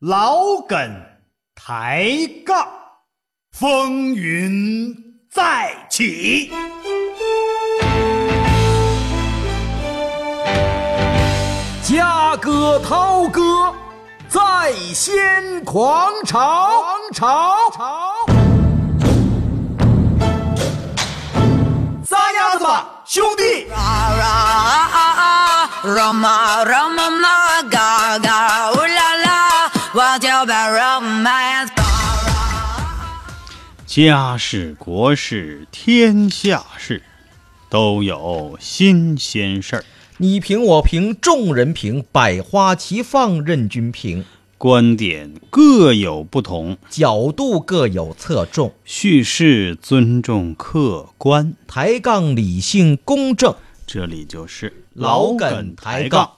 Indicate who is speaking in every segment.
Speaker 1: 老梗抬杠，风云再起。
Speaker 2: 嘉哥、涛哥在先狂潮，潮潮！
Speaker 1: 撒丫子吧，兄弟！
Speaker 3: Roma, Roma, ma, ga, ga, ooh la la, what about romance?
Speaker 4: 家事国事天下事，都有新鲜事儿。
Speaker 5: 你评我评，众人评，百花齐放，任君评。
Speaker 4: 观点各有不同，
Speaker 5: 角度各有侧重，
Speaker 4: 叙事尊重客观。
Speaker 5: 抬杠理性公正。
Speaker 4: 这里就是
Speaker 5: 老梗抬杠。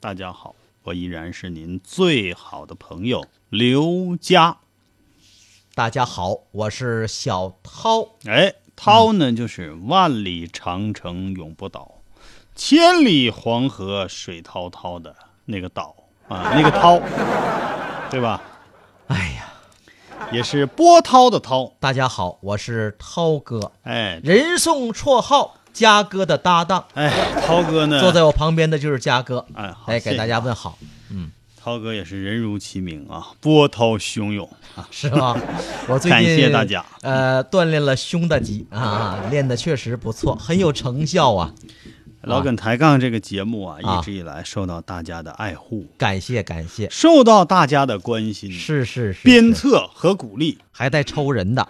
Speaker 4: 大家好，我依然是您最好的朋友刘佳。
Speaker 5: 大家好，我是小涛。
Speaker 4: 哎，涛呢，就是万里长城永不倒，千里黄河水滔滔的那个岛啊，那个涛， 对吧？
Speaker 5: 哎呀，
Speaker 4: 也是波涛的涛。
Speaker 5: 大家好，我是涛哥，
Speaker 4: 哎
Speaker 5: 人送绰号“嘉哥”的搭档。
Speaker 4: 哎，涛哥呢？
Speaker 5: 坐在我旁边的就是嘉哥，
Speaker 4: 哎好
Speaker 5: 哎，
Speaker 4: 谢谢
Speaker 5: 给大家 问好，
Speaker 4: 涛哥也是人如其名啊，波涛汹涌啊。
Speaker 5: 是吗？我最近
Speaker 4: 感谢大家
Speaker 5: 呃，锻炼了胸大肌啊，练的确实不错，很有成效啊，
Speaker 4: 老梗抬杠这个节目啊，
Speaker 5: 啊
Speaker 4: 一直以来受到大家的爱护，
Speaker 5: 感谢感谢，
Speaker 4: 受到大家的关心、
Speaker 5: 是是是，
Speaker 4: 鞭
Speaker 5: 是
Speaker 4: 策和鼓励。
Speaker 5: 还带抽人的，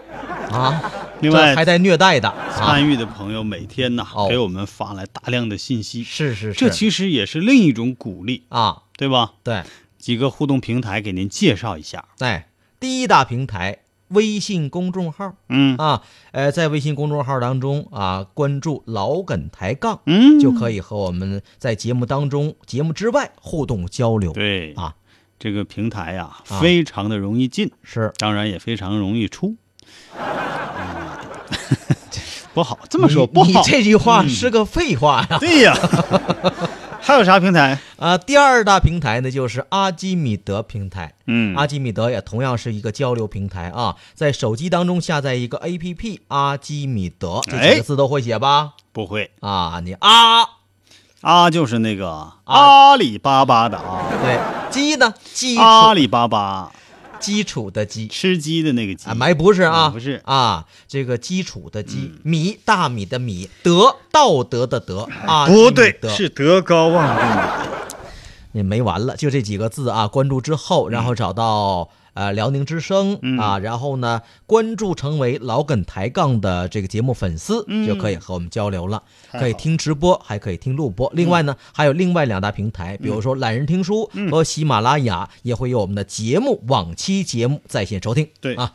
Speaker 5: 啊，
Speaker 4: 另
Speaker 5: 这
Speaker 4: 外，
Speaker 5: 还带虐待的，啊，
Speaker 4: 参与的朋友每天呢、
Speaker 5: 哦
Speaker 4: 给我们发来大量的信息，
Speaker 5: 是是是，
Speaker 4: 这其实也是另一种鼓励，
Speaker 5: 啊，
Speaker 4: 对吧？
Speaker 5: 对，
Speaker 4: 几个互动平台给您介绍一下。
Speaker 5: 哎，第一大平台微信公众号
Speaker 4: 嗯
Speaker 5: 啊，呃，在微信公众号当中啊，关注老梗抬杠，
Speaker 4: 嗯，
Speaker 5: 就可以和我们在节目当中、节目之外互动交流。
Speaker 4: 对
Speaker 5: 啊，
Speaker 4: 这个平台呀、
Speaker 5: 啊
Speaker 4: 非常的容易进，
Speaker 5: 是
Speaker 4: 当然也非常容易出。嗯 不好，这么说
Speaker 5: 你
Speaker 4: 不好。
Speaker 5: 你这句话
Speaker 4: 嗯
Speaker 5: 是个废话呀、
Speaker 4: 对呀。 还有啥平台？
Speaker 5: 啊！第二大平台呢，就是阿基米德平台。
Speaker 4: 嗯
Speaker 5: 阿基米德也同样是一个交流平台啊，在手机当中下载一个 APP“ 阿基米德”，这
Speaker 4: 哎
Speaker 5: 几个字都会写吧？
Speaker 4: 不会
Speaker 5: 啊，你啊，
Speaker 4: 啊，就是那个阿里巴巴的啊，
Speaker 5: 对，鸡呢？基础、
Speaker 4: 阿里巴巴
Speaker 5: 基础的基
Speaker 4: 吃鸡的那个鸡
Speaker 5: 啊，没不是啊，
Speaker 4: 嗯不是嗯
Speaker 5: 啊，这个基础的基，米大米的米，德道德的德啊，
Speaker 4: 不对，
Speaker 5: 德
Speaker 4: 是德高望重的。
Speaker 5: 你没完了，就这几个字啊，关注之后，然后
Speaker 4: 嗯
Speaker 5: 找到。呃，辽宁之声、啊，然后呢，关注成为老梗抬杠的这个节目粉丝，
Speaker 4: 嗯
Speaker 5: 就可以和我们交流了，可以听直播，还可以听录播。另外呢，
Speaker 4: 嗯
Speaker 5: 还有另外两大平台，比如说懒人听书和喜马拉雅，也会有我们的节目往期节目在线收听。
Speaker 4: 对
Speaker 5: 啊，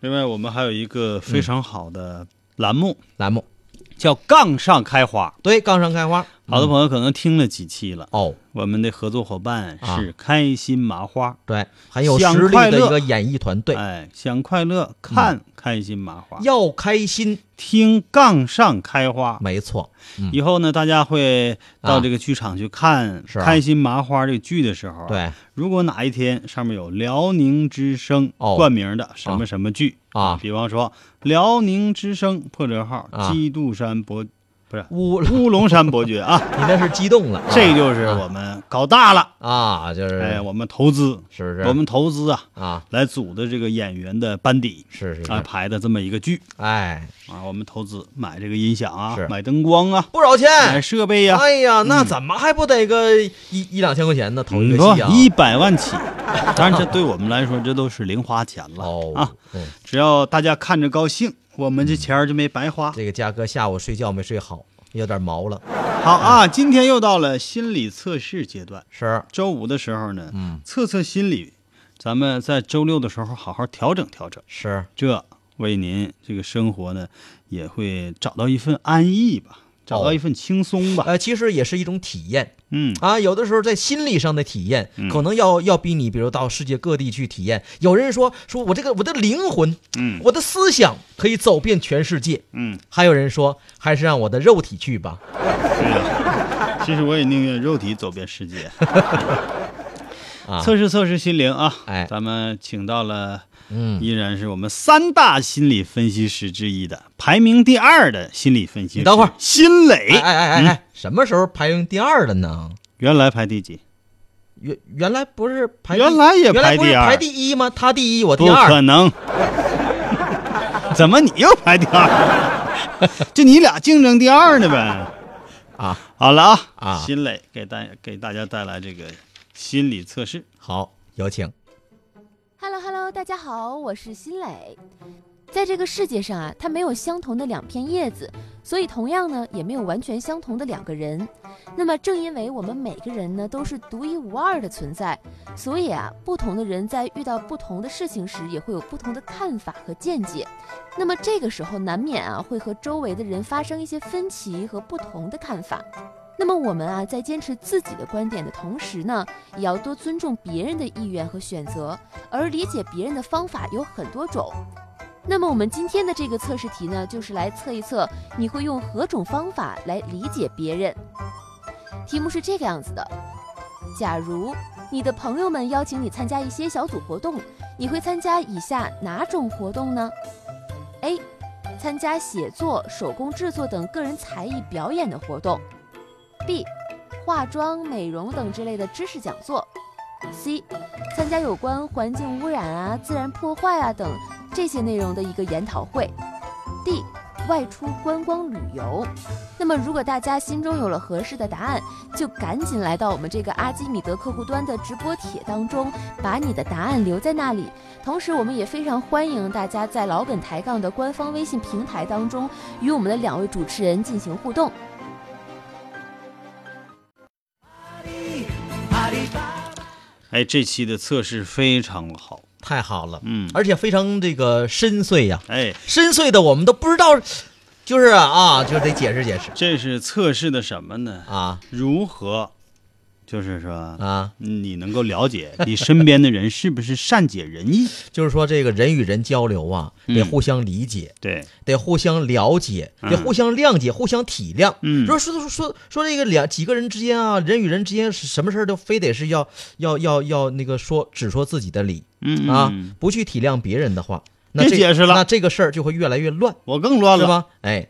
Speaker 4: 另外，我们还有一个非常好的栏目，
Speaker 5: 栏目
Speaker 4: 嗯叫《杠上开花
Speaker 5: 对杠上开花》。
Speaker 4: 好多朋友可能听了几期了，
Speaker 5: 哦，
Speaker 4: 我们的合作伙伴
Speaker 5: 啊
Speaker 4: 是开心麻花。
Speaker 5: 对，很有
Speaker 4: 想
Speaker 5: 实力
Speaker 4: 快
Speaker 5: 的
Speaker 4: 乐
Speaker 5: 一个演艺团队，
Speaker 4: 哎，想快乐，看开心麻花，
Speaker 5: 嗯要开心，
Speaker 4: 听杠上开花。
Speaker 5: 没错，
Speaker 4: 以后呢，大家会到这个剧场去看
Speaker 5: 是啊
Speaker 4: 《开心麻花》这个剧的时候，，
Speaker 5: 对
Speaker 4: 如果哪一天上面有辽宁之声
Speaker 5: 哦
Speaker 4: 冠名的什么什么剧
Speaker 5: 啊
Speaker 4: 比方说辽宁之声破折号
Speaker 5: 啊
Speaker 4: 基督山伯， 不是
Speaker 5: 乌，你
Speaker 4: 乌龙山伯爵啊，
Speaker 5: 那是激动了，啊
Speaker 4: 这就是我们搞大了，
Speaker 5: 啊，就是，
Speaker 4: 哎，我们投资，
Speaker 5: 是不是？
Speaker 4: 我们投资啊，
Speaker 5: 啊，
Speaker 4: 来组的这个演员的班底
Speaker 5: 是是
Speaker 4: 啊
Speaker 5: 是，
Speaker 4: 排的这么一个剧
Speaker 5: 哎，
Speaker 4: 啊，我们投资买这个音响啊
Speaker 5: 是，
Speaker 4: 买灯光啊，
Speaker 5: 不少钱，
Speaker 4: 买设备呀、嗯
Speaker 5: 哎呀，那怎么还不得个一一两千块钱呢？投一
Speaker 4: 你
Speaker 5: 个
Speaker 4: 嗯说
Speaker 5: 戏啊，
Speaker 4: 哦一百万起，当然这对我们来说这都是零花钱了、
Speaker 5: 哦
Speaker 4: 啊。
Speaker 5: 嗯
Speaker 4: 只要大家看着高兴，我们这钱儿就没白花。
Speaker 5: 这个嘉哥下午睡觉没睡好，有点毛了，
Speaker 4: 好啊，今天又到了心理测试阶段。
Speaker 5: 是，
Speaker 4: 周五的时候呢，
Speaker 5: 嗯，
Speaker 4: 测测心理，咱们在周六的时候好好调整调整，
Speaker 5: 是，
Speaker 4: 这为您这个生活呢也会找到一份安逸吧，找
Speaker 5: 哦
Speaker 4: 到一份轻松吧。
Speaker 5: 呃，其实也是一种体验，
Speaker 4: 嗯，
Speaker 5: 啊，有的时候在心理上的体验，可能要要比你，比如到世界各地去体验。有人说，说我这个我的灵魂，
Speaker 4: 嗯
Speaker 5: 我的思想可以走遍全世界。
Speaker 4: 嗯，
Speaker 5: 还有人说，还是让我的肉体去吧。
Speaker 4: 对呀、其实我也宁愿肉体走遍世界。
Speaker 5: 啊，
Speaker 4: 测试测试心灵啊！
Speaker 5: 哎
Speaker 4: 咱们请到了，
Speaker 5: 嗯，
Speaker 4: 依然是我们三大心理分析师之一的，排名第二的心理分析师。
Speaker 5: 你等会儿
Speaker 4: 辛磊
Speaker 5: 哎哎哎
Speaker 4: 嗯
Speaker 5: 哎哎，什么时候排名第二的呢？
Speaker 4: 原来排第几？
Speaker 5: 原原来不是排第
Speaker 4: 原来也
Speaker 5: 原
Speaker 4: 排
Speaker 5: 来不
Speaker 4: 第
Speaker 5: 是
Speaker 4: 二，
Speaker 5: 排第一吗？他第一，我第
Speaker 4: 不可
Speaker 5: 二。
Speaker 4: 能！怎么你又排第二？ 就你俩竞争第二呢呗？
Speaker 5: 啊，
Speaker 4: 好了啊
Speaker 5: 啊
Speaker 4: 辛磊给大给大家带来这个心理测试。
Speaker 5: 好，有请。
Speaker 6: Hello Hello，大家好，我是辛磊。在这个世界上啊，它没有相同的两片叶子，所以同样呢，也没有完全相同的两个人。那么，正因为我们每个人呢都是独一无二的存在，所以啊，不同的人在遇到不同的事情时，也会有不同的看法和见解。那么这个时候难免啊，会和周围的人发生一些分歧和不同的看法。那么我们啊，在坚持自己的观点的同时呢，也要多尊重别人的意愿和选择。而理解别人的方法有很多种。那么我们今天的这个测试题呢，就是来测一测你会用何种方法来理解别人。题目是这个样子的：假如你的朋友们邀请你参加一些小组活动，你会参加以下哪种活动呢？A. 参加写作、手工制作等个人才艺表演的活动；B. 化妆、美容等之类的知识讲座；C. 参加有关环境污染啊、自然破坏啊等这些内容的一个研讨会。D 外出观光旅游，那么如果大家心中有了合适的答案，就赶紧来到我们这个阿基米德客户端的直播帖当中，把你的答案留在那里。同时，我们也非常欢迎大家在老梗抬杠的官方微信平台当中与我们的两位主持人进行互动。
Speaker 4: 哎，这期的测试非常好，
Speaker 5: 太好了，
Speaker 4: 嗯
Speaker 5: 而且非常这个深邃呀、
Speaker 4: 哎，
Speaker 5: 深邃的我们都不知道，就是啊啊，就得解释解释
Speaker 4: 这是测试的什么呢？
Speaker 5: 啊
Speaker 4: 如何，就是说，
Speaker 5: 啊，
Speaker 4: 你能够了解你身边的人是不是善解人 意？
Speaker 5: 就是说这个人与人交流啊，得
Speaker 4: 嗯
Speaker 5: 互相理解，
Speaker 4: 对，
Speaker 5: 得互相了解，得互相谅解，互相体谅。
Speaker 4: 嗯
Speaker 5: 说说说说说这个两几个人之间啊，人与人之间是什么事儿都非得是要要要要那个说只说自己的理
Speaker 4: 嗯
Speaker 5: 啊
Speaker 4: 嗯，
Speaker 5: 不去体谅别人的话，那
Speaker 4: 别
Speaker 5: 这
Speaker 4: 解释了
Speaker 5: 那这个事儿就会越来越乱。
Speaker 4: 我更乱
Speaker 5: 是
Speaker 4: 了。
Speaker 5: 吧？哎，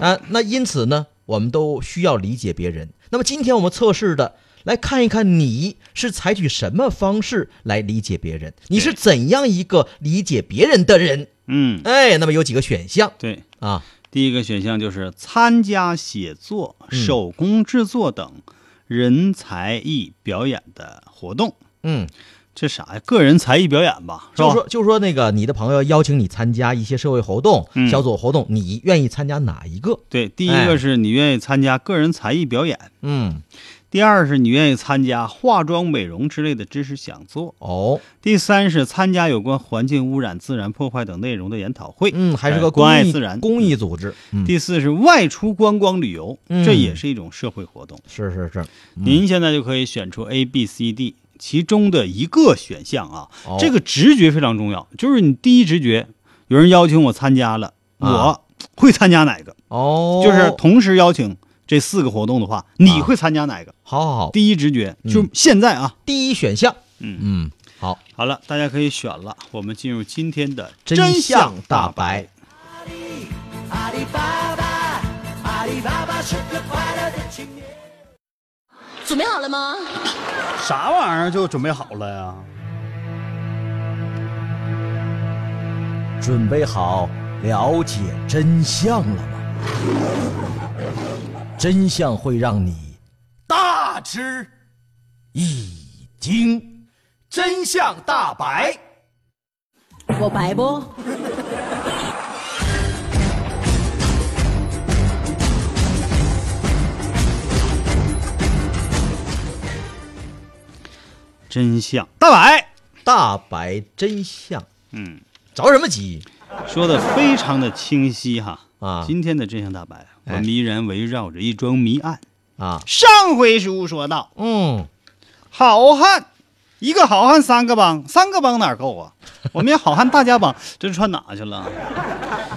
Speaker 5: 啊，那因此呢，我们都需要理解别人。那么今天我们测试的，来看一看你是采取什么方式来理解别人，你是怎样一个理解别人的人？
Speaker 4: 嗯，
Speaker 5: 哎，那么有几个选项
Speaker 4: 对，
Speaker 5: 啊？
Speaker 4: 第一个选项就是参加写作、
Speaker 5: 嗯
Speaker 4: 手工制作等人才艺表演的活动。
Speaker 5: 嗯，
Speaker 4: 这啥呀？个人才艺表演吧，是
Speaker 5: 就
Speaker 4: 吧？
Speaker 5: 说就说那个你的朋友邀请你参加一些社会活动、
Speaker 4: 嗯
Speaker 5: 小组活动，你愿意参加哪一个？
Speaker 4: 对，第一
Speaker 5: 哎
Speaker 4: 个是你愿意参加个人才艺表演，
Speaker 5: 嗯，
Speaker 4: 第二是你愿意参加化妆、美容之类的知识讲座，
Speaker 5: 哦，
Speaker 4: 第三是参加有关环境污染、自然破坏等内容的研讨会，
Speaker 5: 嗯，还是
Speaker 4: 呃
Speaker 5: 个公
Speaker 4: 关爱
Speaker 5: 益
Speaker 4: 自然
Speaker 5: 公益组织，嗯，
Speaker 4: 第四是外出观光旅游，
Speaker 5: 嗯
Speaker 4: 这也是一种社会活动。
Speaker 5: 是是是，
Speaker 4: 您现在就可以选出 A、B、C、D 其中的一个选项啊。
Speaker 5: 哦
Speaker 4: 这个直觉非常重要，就是你第一直觉，有人邀请我参加了，
Speaker 5: 啊
Speaker 4: 我会参加哪个？
Speaker 5: 哦，啊
Speaker 4: 就是同时邀请这四个活动的话，你会参加哪个？
Speaker 5: 好好好，
Speaker 4: 第一直觉就
Speaker 5: 嗯
Speaker 4: 现在啊。
Speaker 5: 第一选项，
Speaker 4: 嗯
Speaker 5: 嗯，好。
Speaker 4: 好了，大家可以选了。我们进入今天的
Speaker 5: 真相
Speaker 4: 相
Speaker 5: 大
Speaker 4: 白
Speaker 5: 白。。
Speaker 1: 阿里巴巴，阿里巴巴是个快乐的青年。
Speaker 7: 准备好了吗？
Speaker 4: 啥玩意儿就准备好了呀？
Speaker 5: 准备好了解真相了吗？真相会让你
Speaker 1: 大吃
Speaker 5: 一惊。
Speaker 1: 真相大白，
Speaker 7: 我白不？
Speaker 4: 真相大白。
Speaker 5: 大白真相，
Speaker 4: 嗯，
Speaker 5: 着什么急？
Speaker 4: 说的非常的清晰哈。
Speaker 5: 啊
Speaker 4: 今天的真相大白，我
Speaker 5: 哎
Speaker 4: 们依然围绕着一桩谜案。
Speaker 5: 啊，
Speaker 4: 上回书说到，
Speaker 5: 嗯，
Speaker 4: 好汉一个好汉三个帮，三个帮哪够 啊？我们也好汉大家帮，这串哪去了？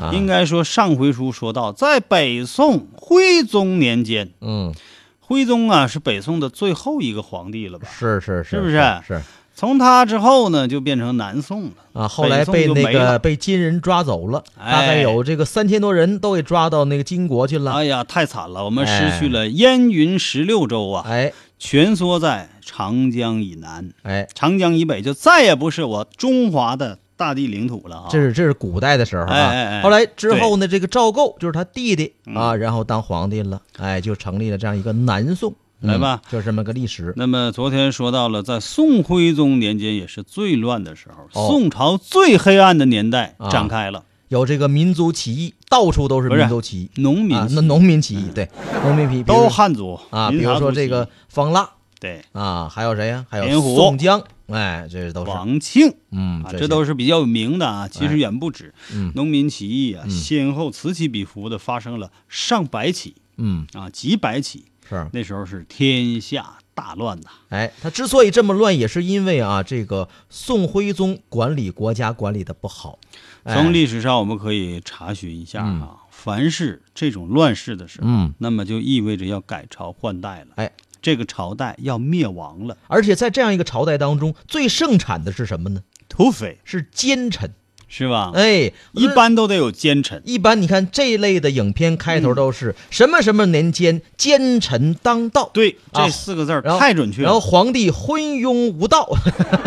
Speaker 5: 啊
Speaker 4: 应该说，上回书说到，在北宋徽宗年间，
Speaker 5: 嗯，
Speaker 4: 徽宗啊是北宋的最后一个皇帝了吧？
Speaker 5: 是是是，
Speaker 4: 是不是
Speaker 5: 是？是
Speaker 4: 从他之后呢，就变成南宋了。
Speaker 5: 啊，后来
Speaker 4: 北
Speaker 5: 被
Speaker 4: 宋就
Speaker 5: 那
Speaker 4: 没了
Speaker 5: 个被金人抓走了，
Speaker 4: 哎
Speaker 5: 大概有这个三千多人都给抓到那个金国去了。
Speaker 4: 哎呀，太惨了，我们失去了燕云十六州啊，
Speaker 5: 哎
Speaker 4: 蜷缩在长江以南，
Speaker 5: 哎，
Speaker 4: 长江以北就再也不是我中华的大地领土了啊。
Speaker 5: 这是这是古代的时候
Speaker 4: 哎哎
Speaker 5: 啊
Speaker 4: 哎。
Speaker 5: 后来之后呢，这个赵构就是他弟弟啊，
Speaker 4: 嗯
Speaker 5: 然后当皇帝了，哎，就成立了这样一个南宋。
Speaker 4: 来吧
Speaker 5: 嗯，就是这么个历史。
Speaker 4: 那么昨天说到了，在宋徽宗年间也是最乱的时候，
Speaker 5: 哦
Speaker 4: 宋朝最黑暗的年代
Speaker 5: 啊
Speaker 4: 展开了，
Speaker 5: 有这个民族起义，到处都是
Speaker 4: 不是
Speaker 5: 民族起义
Speaker 4: 农民
Speaker 5: 啊，
Speaker 4: 起义嗯
Speaker 5: 那农民起义，对，农民起义比如
Speaker 4: 都汉族
Speaker 5: 啊，比
Speaker 4: 民
Speaker 5: 如
Speaker 4: 族
Speaker 5: 说
Speaker 4: 起义
Speaker 5: 这个方腊
Speaker 4: 对
Speaker 5: 啊，还有谁呀？还有
Speaker 4: 田虎
Speaker 5: 宋江，哎，这都是，
Speaker 4: 王庆
Speaker 5: 嗯
Speaker 4: 啊，，
Speaker 5: 些哎
Speaker 4: 这都是比较有名的啊，其实远不止、
Speaker 5: 嗯
Speaker 4: 农民起义啊，
Speaker 5: 嗯
Speaker 4: 先后此起彼伏的发生了上百起
Speaker 5: 嗯
Speaker 4: 啊，几百起，
Speaker 5: 是。
Speaker 4: 那时候是天下大乱呐、
Speaker 5: 哎，他之所以这么乱，也是因为啊，这个宋徽宗管理国家管理的不好。哎
Speaker 4: 从历史上我们可以查询一下啊，凡是这种乱世的时候，
Speaker 5: 嗯，
Speaker 4: 那么就意味着要改朝换代了。
Speaker 5: 哎，
Speaker 4: 这个朝代要灭亡了，
Speaker 5: 而且在这样一个朝代当中，最盛产的是什么呢？
Speaker 4: 土匪
Speaker 5: 是奸臣。
Speaker 4: 是吧？
Speaker 5: 哎，
Speaker 4: 啊一般都得有奸臣，
Speaker 5: 一般，你看这一类的影片开头都是什么什么年间奸臣当道，
Speaker 4: 对
Speaker 5: 啊
Speaker 4: 这四个字儿
Speaker 5: 然后
Speaker 4: 太准确
Speaker 5: 然后
Speaker 4: 了。
Speaker 5: 皇帝昏庸无道，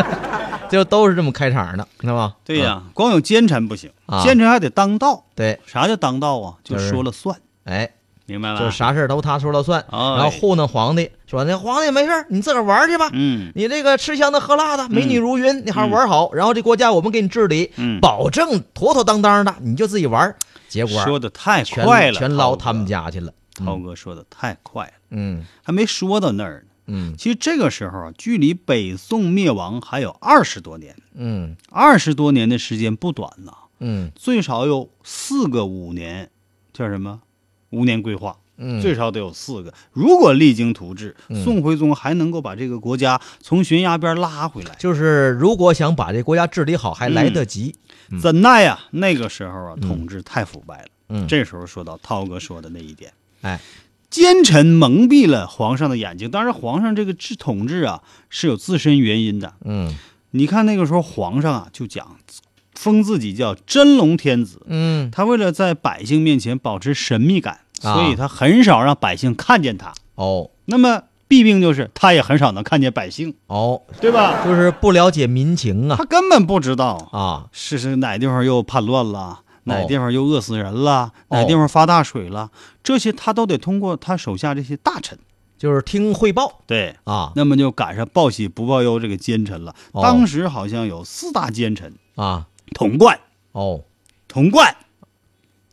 Speaker 5: 就都是这么开场的，知道吗？
Speaker 4: 对呀、
Speaker 5: 嗯
Speaker 4: 光有奸臣不行，
Speaker 5: 啊
Speaker 4: 奸臣还得当道。
Speaker 5: 嗯对，
Speaker 4: 啥叫当道啊？就
Speaker 5: 就是
Speaker 4: 说了算，
Speaker 5: 哎，
Speaker 4: 明白吧？
Speaker 5: 就是啥事儿都他说了算，
Speaker 4: 哎
Speaker 5: 然后糊弄皇帝，说那皇帝没事儿，你自个儿玩儿去吧，
Speaker 4: 嗯，
Speaker 5: 你这个吃香的喝辣的，美女如云，你好好玩好，然后这国家我们给你治理，
Speaker 4: 嗯
Speaker 5: 保证妥妥当当的，你就自己玩儿。结果
Speaker 4: 说的太
Speaker 5: 全
Speaker 4: 快了，
Speaker 5: 全
Speaker 4: 涛
Speaker 5: 捞
Speaker 4: 哥
Speaker 5: 他们。家去了。
Speaker 4: 涛哥说的太快了，
Speaker 5: 嗯
Speaker 4: 还没说到那儿呢。
Speaker 5: 嗯
Speaker 4: 其实这个时候啊，距离北宋灭亡还有二十多年，
Speaker 5: 嗯
Speaker 4: 二十多年的时间不短呐，
Speaker 5: 嗯
Speaker 4: 最少有四个五年，叫什么？五年规划，
Speaker 5: 嗯，
Speaker 4: 最少得有四个。如果励精图治，
Speaker 5: 嗯
Speaker 4: 宋徽宗还能够把这个国家从悬崖边拉回来。
Speaker 5: 就是如果想把这国家治理好，还
Speaker 4: 嗯
Speaker 5: 来得及。
Speaker 4: 怎奈呀、那个时候啊，统治太腐败了。
Speaker 5: 嗯，
Speaker 4: 这时候说到涛哥说的那一点，
Speaker 5: 哎，
Speaker 4: 奸臣蒙蔽了皇上的眼睛。当然，皇上这个治统治啊是有自身原因的。
Speaker 5: 嗯
Speaker 4: 你看那个时候，皇上啊就讲封自己叫真龙天子，
Speaker 5: 嗯
Speaker 4: 他为了在百姓面前保持神秘感，
Speaker 5: 啊
Speaker 4: 所以他很少让百姓看见他。
Speaker 5: 哦
Speaker 4: 那么弊病就是他也很少能看见百姓，
Speaker 5: 哦，
Speaker 4: 对 吧？
Speaker 5: 就是不了解民情啊
Speaker 4: 他根本不知道
Speaker 5: 啊
Speaker 4: 是是哪地方又叛乱了，哪地方又饿死人了，
Speaker 5: 哦
Speaker 4: 哪地方发大水了，这些他都得通过他手下这些大臣。
Speaker 5: 就是听汇报
Speaker 4: 对，
Speaker 5: 啊
Speaker 4: 那么就赶上报喜不报忧这个奸臣了。
Speaker 5: 哦
Speaker 4: 当时好像有四大奸臣：
Speaker 5: 啊
Speaker 4: 童贯、
Speaker 5: 哦，
Speaker 4: 童贯、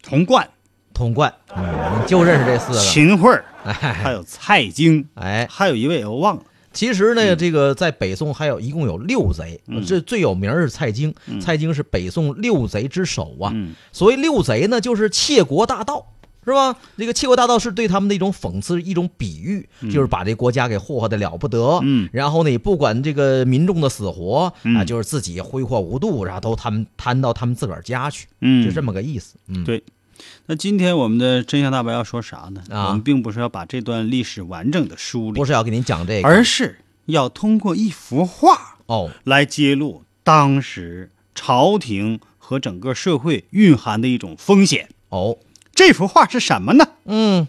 Speaker 4: 童贯、
Speaker 5: 童贯，嗯，你就认识这四个。
Speaker 4: 秦桧儿，
Speaker 5: 哎
Speaker 4: 还有蔡京，
Speaker 5: 哎，
Speaker 4: 还有一位我忘了。
Speaker 5: 其实呢，这个在北宋还有一共有六贼，
Speaker 4: 嗯
Speaker 5: 这最有名儿是蔡京，蔡京是北宋六贼之首啊。
Speaker 4: 嗯
Speaker 5: 所谓六贼呢，就是窃国大盗。是吧？这个窃国大盗是对他们的一种讽刺，一种比喻，就是把这国家给祸害的了不得。
Speaker 4: 嗯
Speaker 5: 然后呢，也不管这个民众的死活、啊，
Speaker 4: 嗯
Speaker 5: 就是自己挥霍无度，然后都他们摊到他们自个儿家去，
Speaker 4: 嗯，
Speaker 5: 就这么个意思。嗯，
Speaker 4: 对那今天我们的真相大白要说啥呢？
Speaker 5: 啊
Speaker 4: 我们并不是要把这段历史完整的梳理
Speaker 5: 不，是要给您讲这个，
Speaker 4: 而是要通过一幅画
Speaker 5: 哦，
Speaker 4: 来揭露当时朝廷和整个社会蕴含的一种风险。
Speaker 5: 哦，
Speaker 4: 这幅画是什么呢？
Speaker 5: 嗯，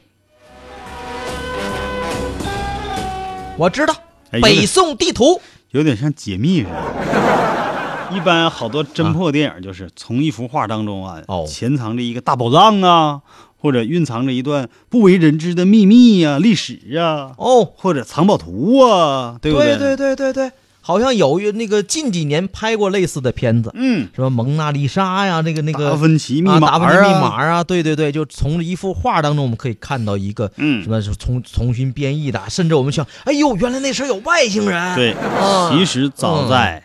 Speaker 5: 我知道
Speaker 4: 哎有点
Speaker 5: 北宋地图
Speaker 4: 有点像解密似的。 一般好多侦破电影就是从一幅画当中啊，
Speaker 5: 哦
Speaker 4: 潜藏着一个大宝藏啊，或者蕴藏着一段不为人知的秘密呀、历史啊，
Speaker 5: 哦，
Speaker 4: 或者藏宝图啊，对不
Speaker 5: 对
Speaker 4: 对
Speaker 5: 对对对对，好像有一那个近几年拍过类似的片子，
Speaker 4: 嗯，
Speaker 5: 什么蒙娜丽莎呀，那个那
Speaker 4: 达
Speaker 5: 个
Speaker 4: 芬奇密
Speaker 5: 啊，
Speaker 4: 码
Speaker 5: 达芬奇
Speaker 4: 啊
Speaker 5: 密码啊，对对对，就从一幅画当中我们可以看到一个
Speaker 4: 嗯
Speaker 5: 什么是重重新编译的，甚至我们想，哎呦，原来那时候有外星人，
Speaker 4: 对，
Speaker 5: 啊
Speaker 4: 其实早在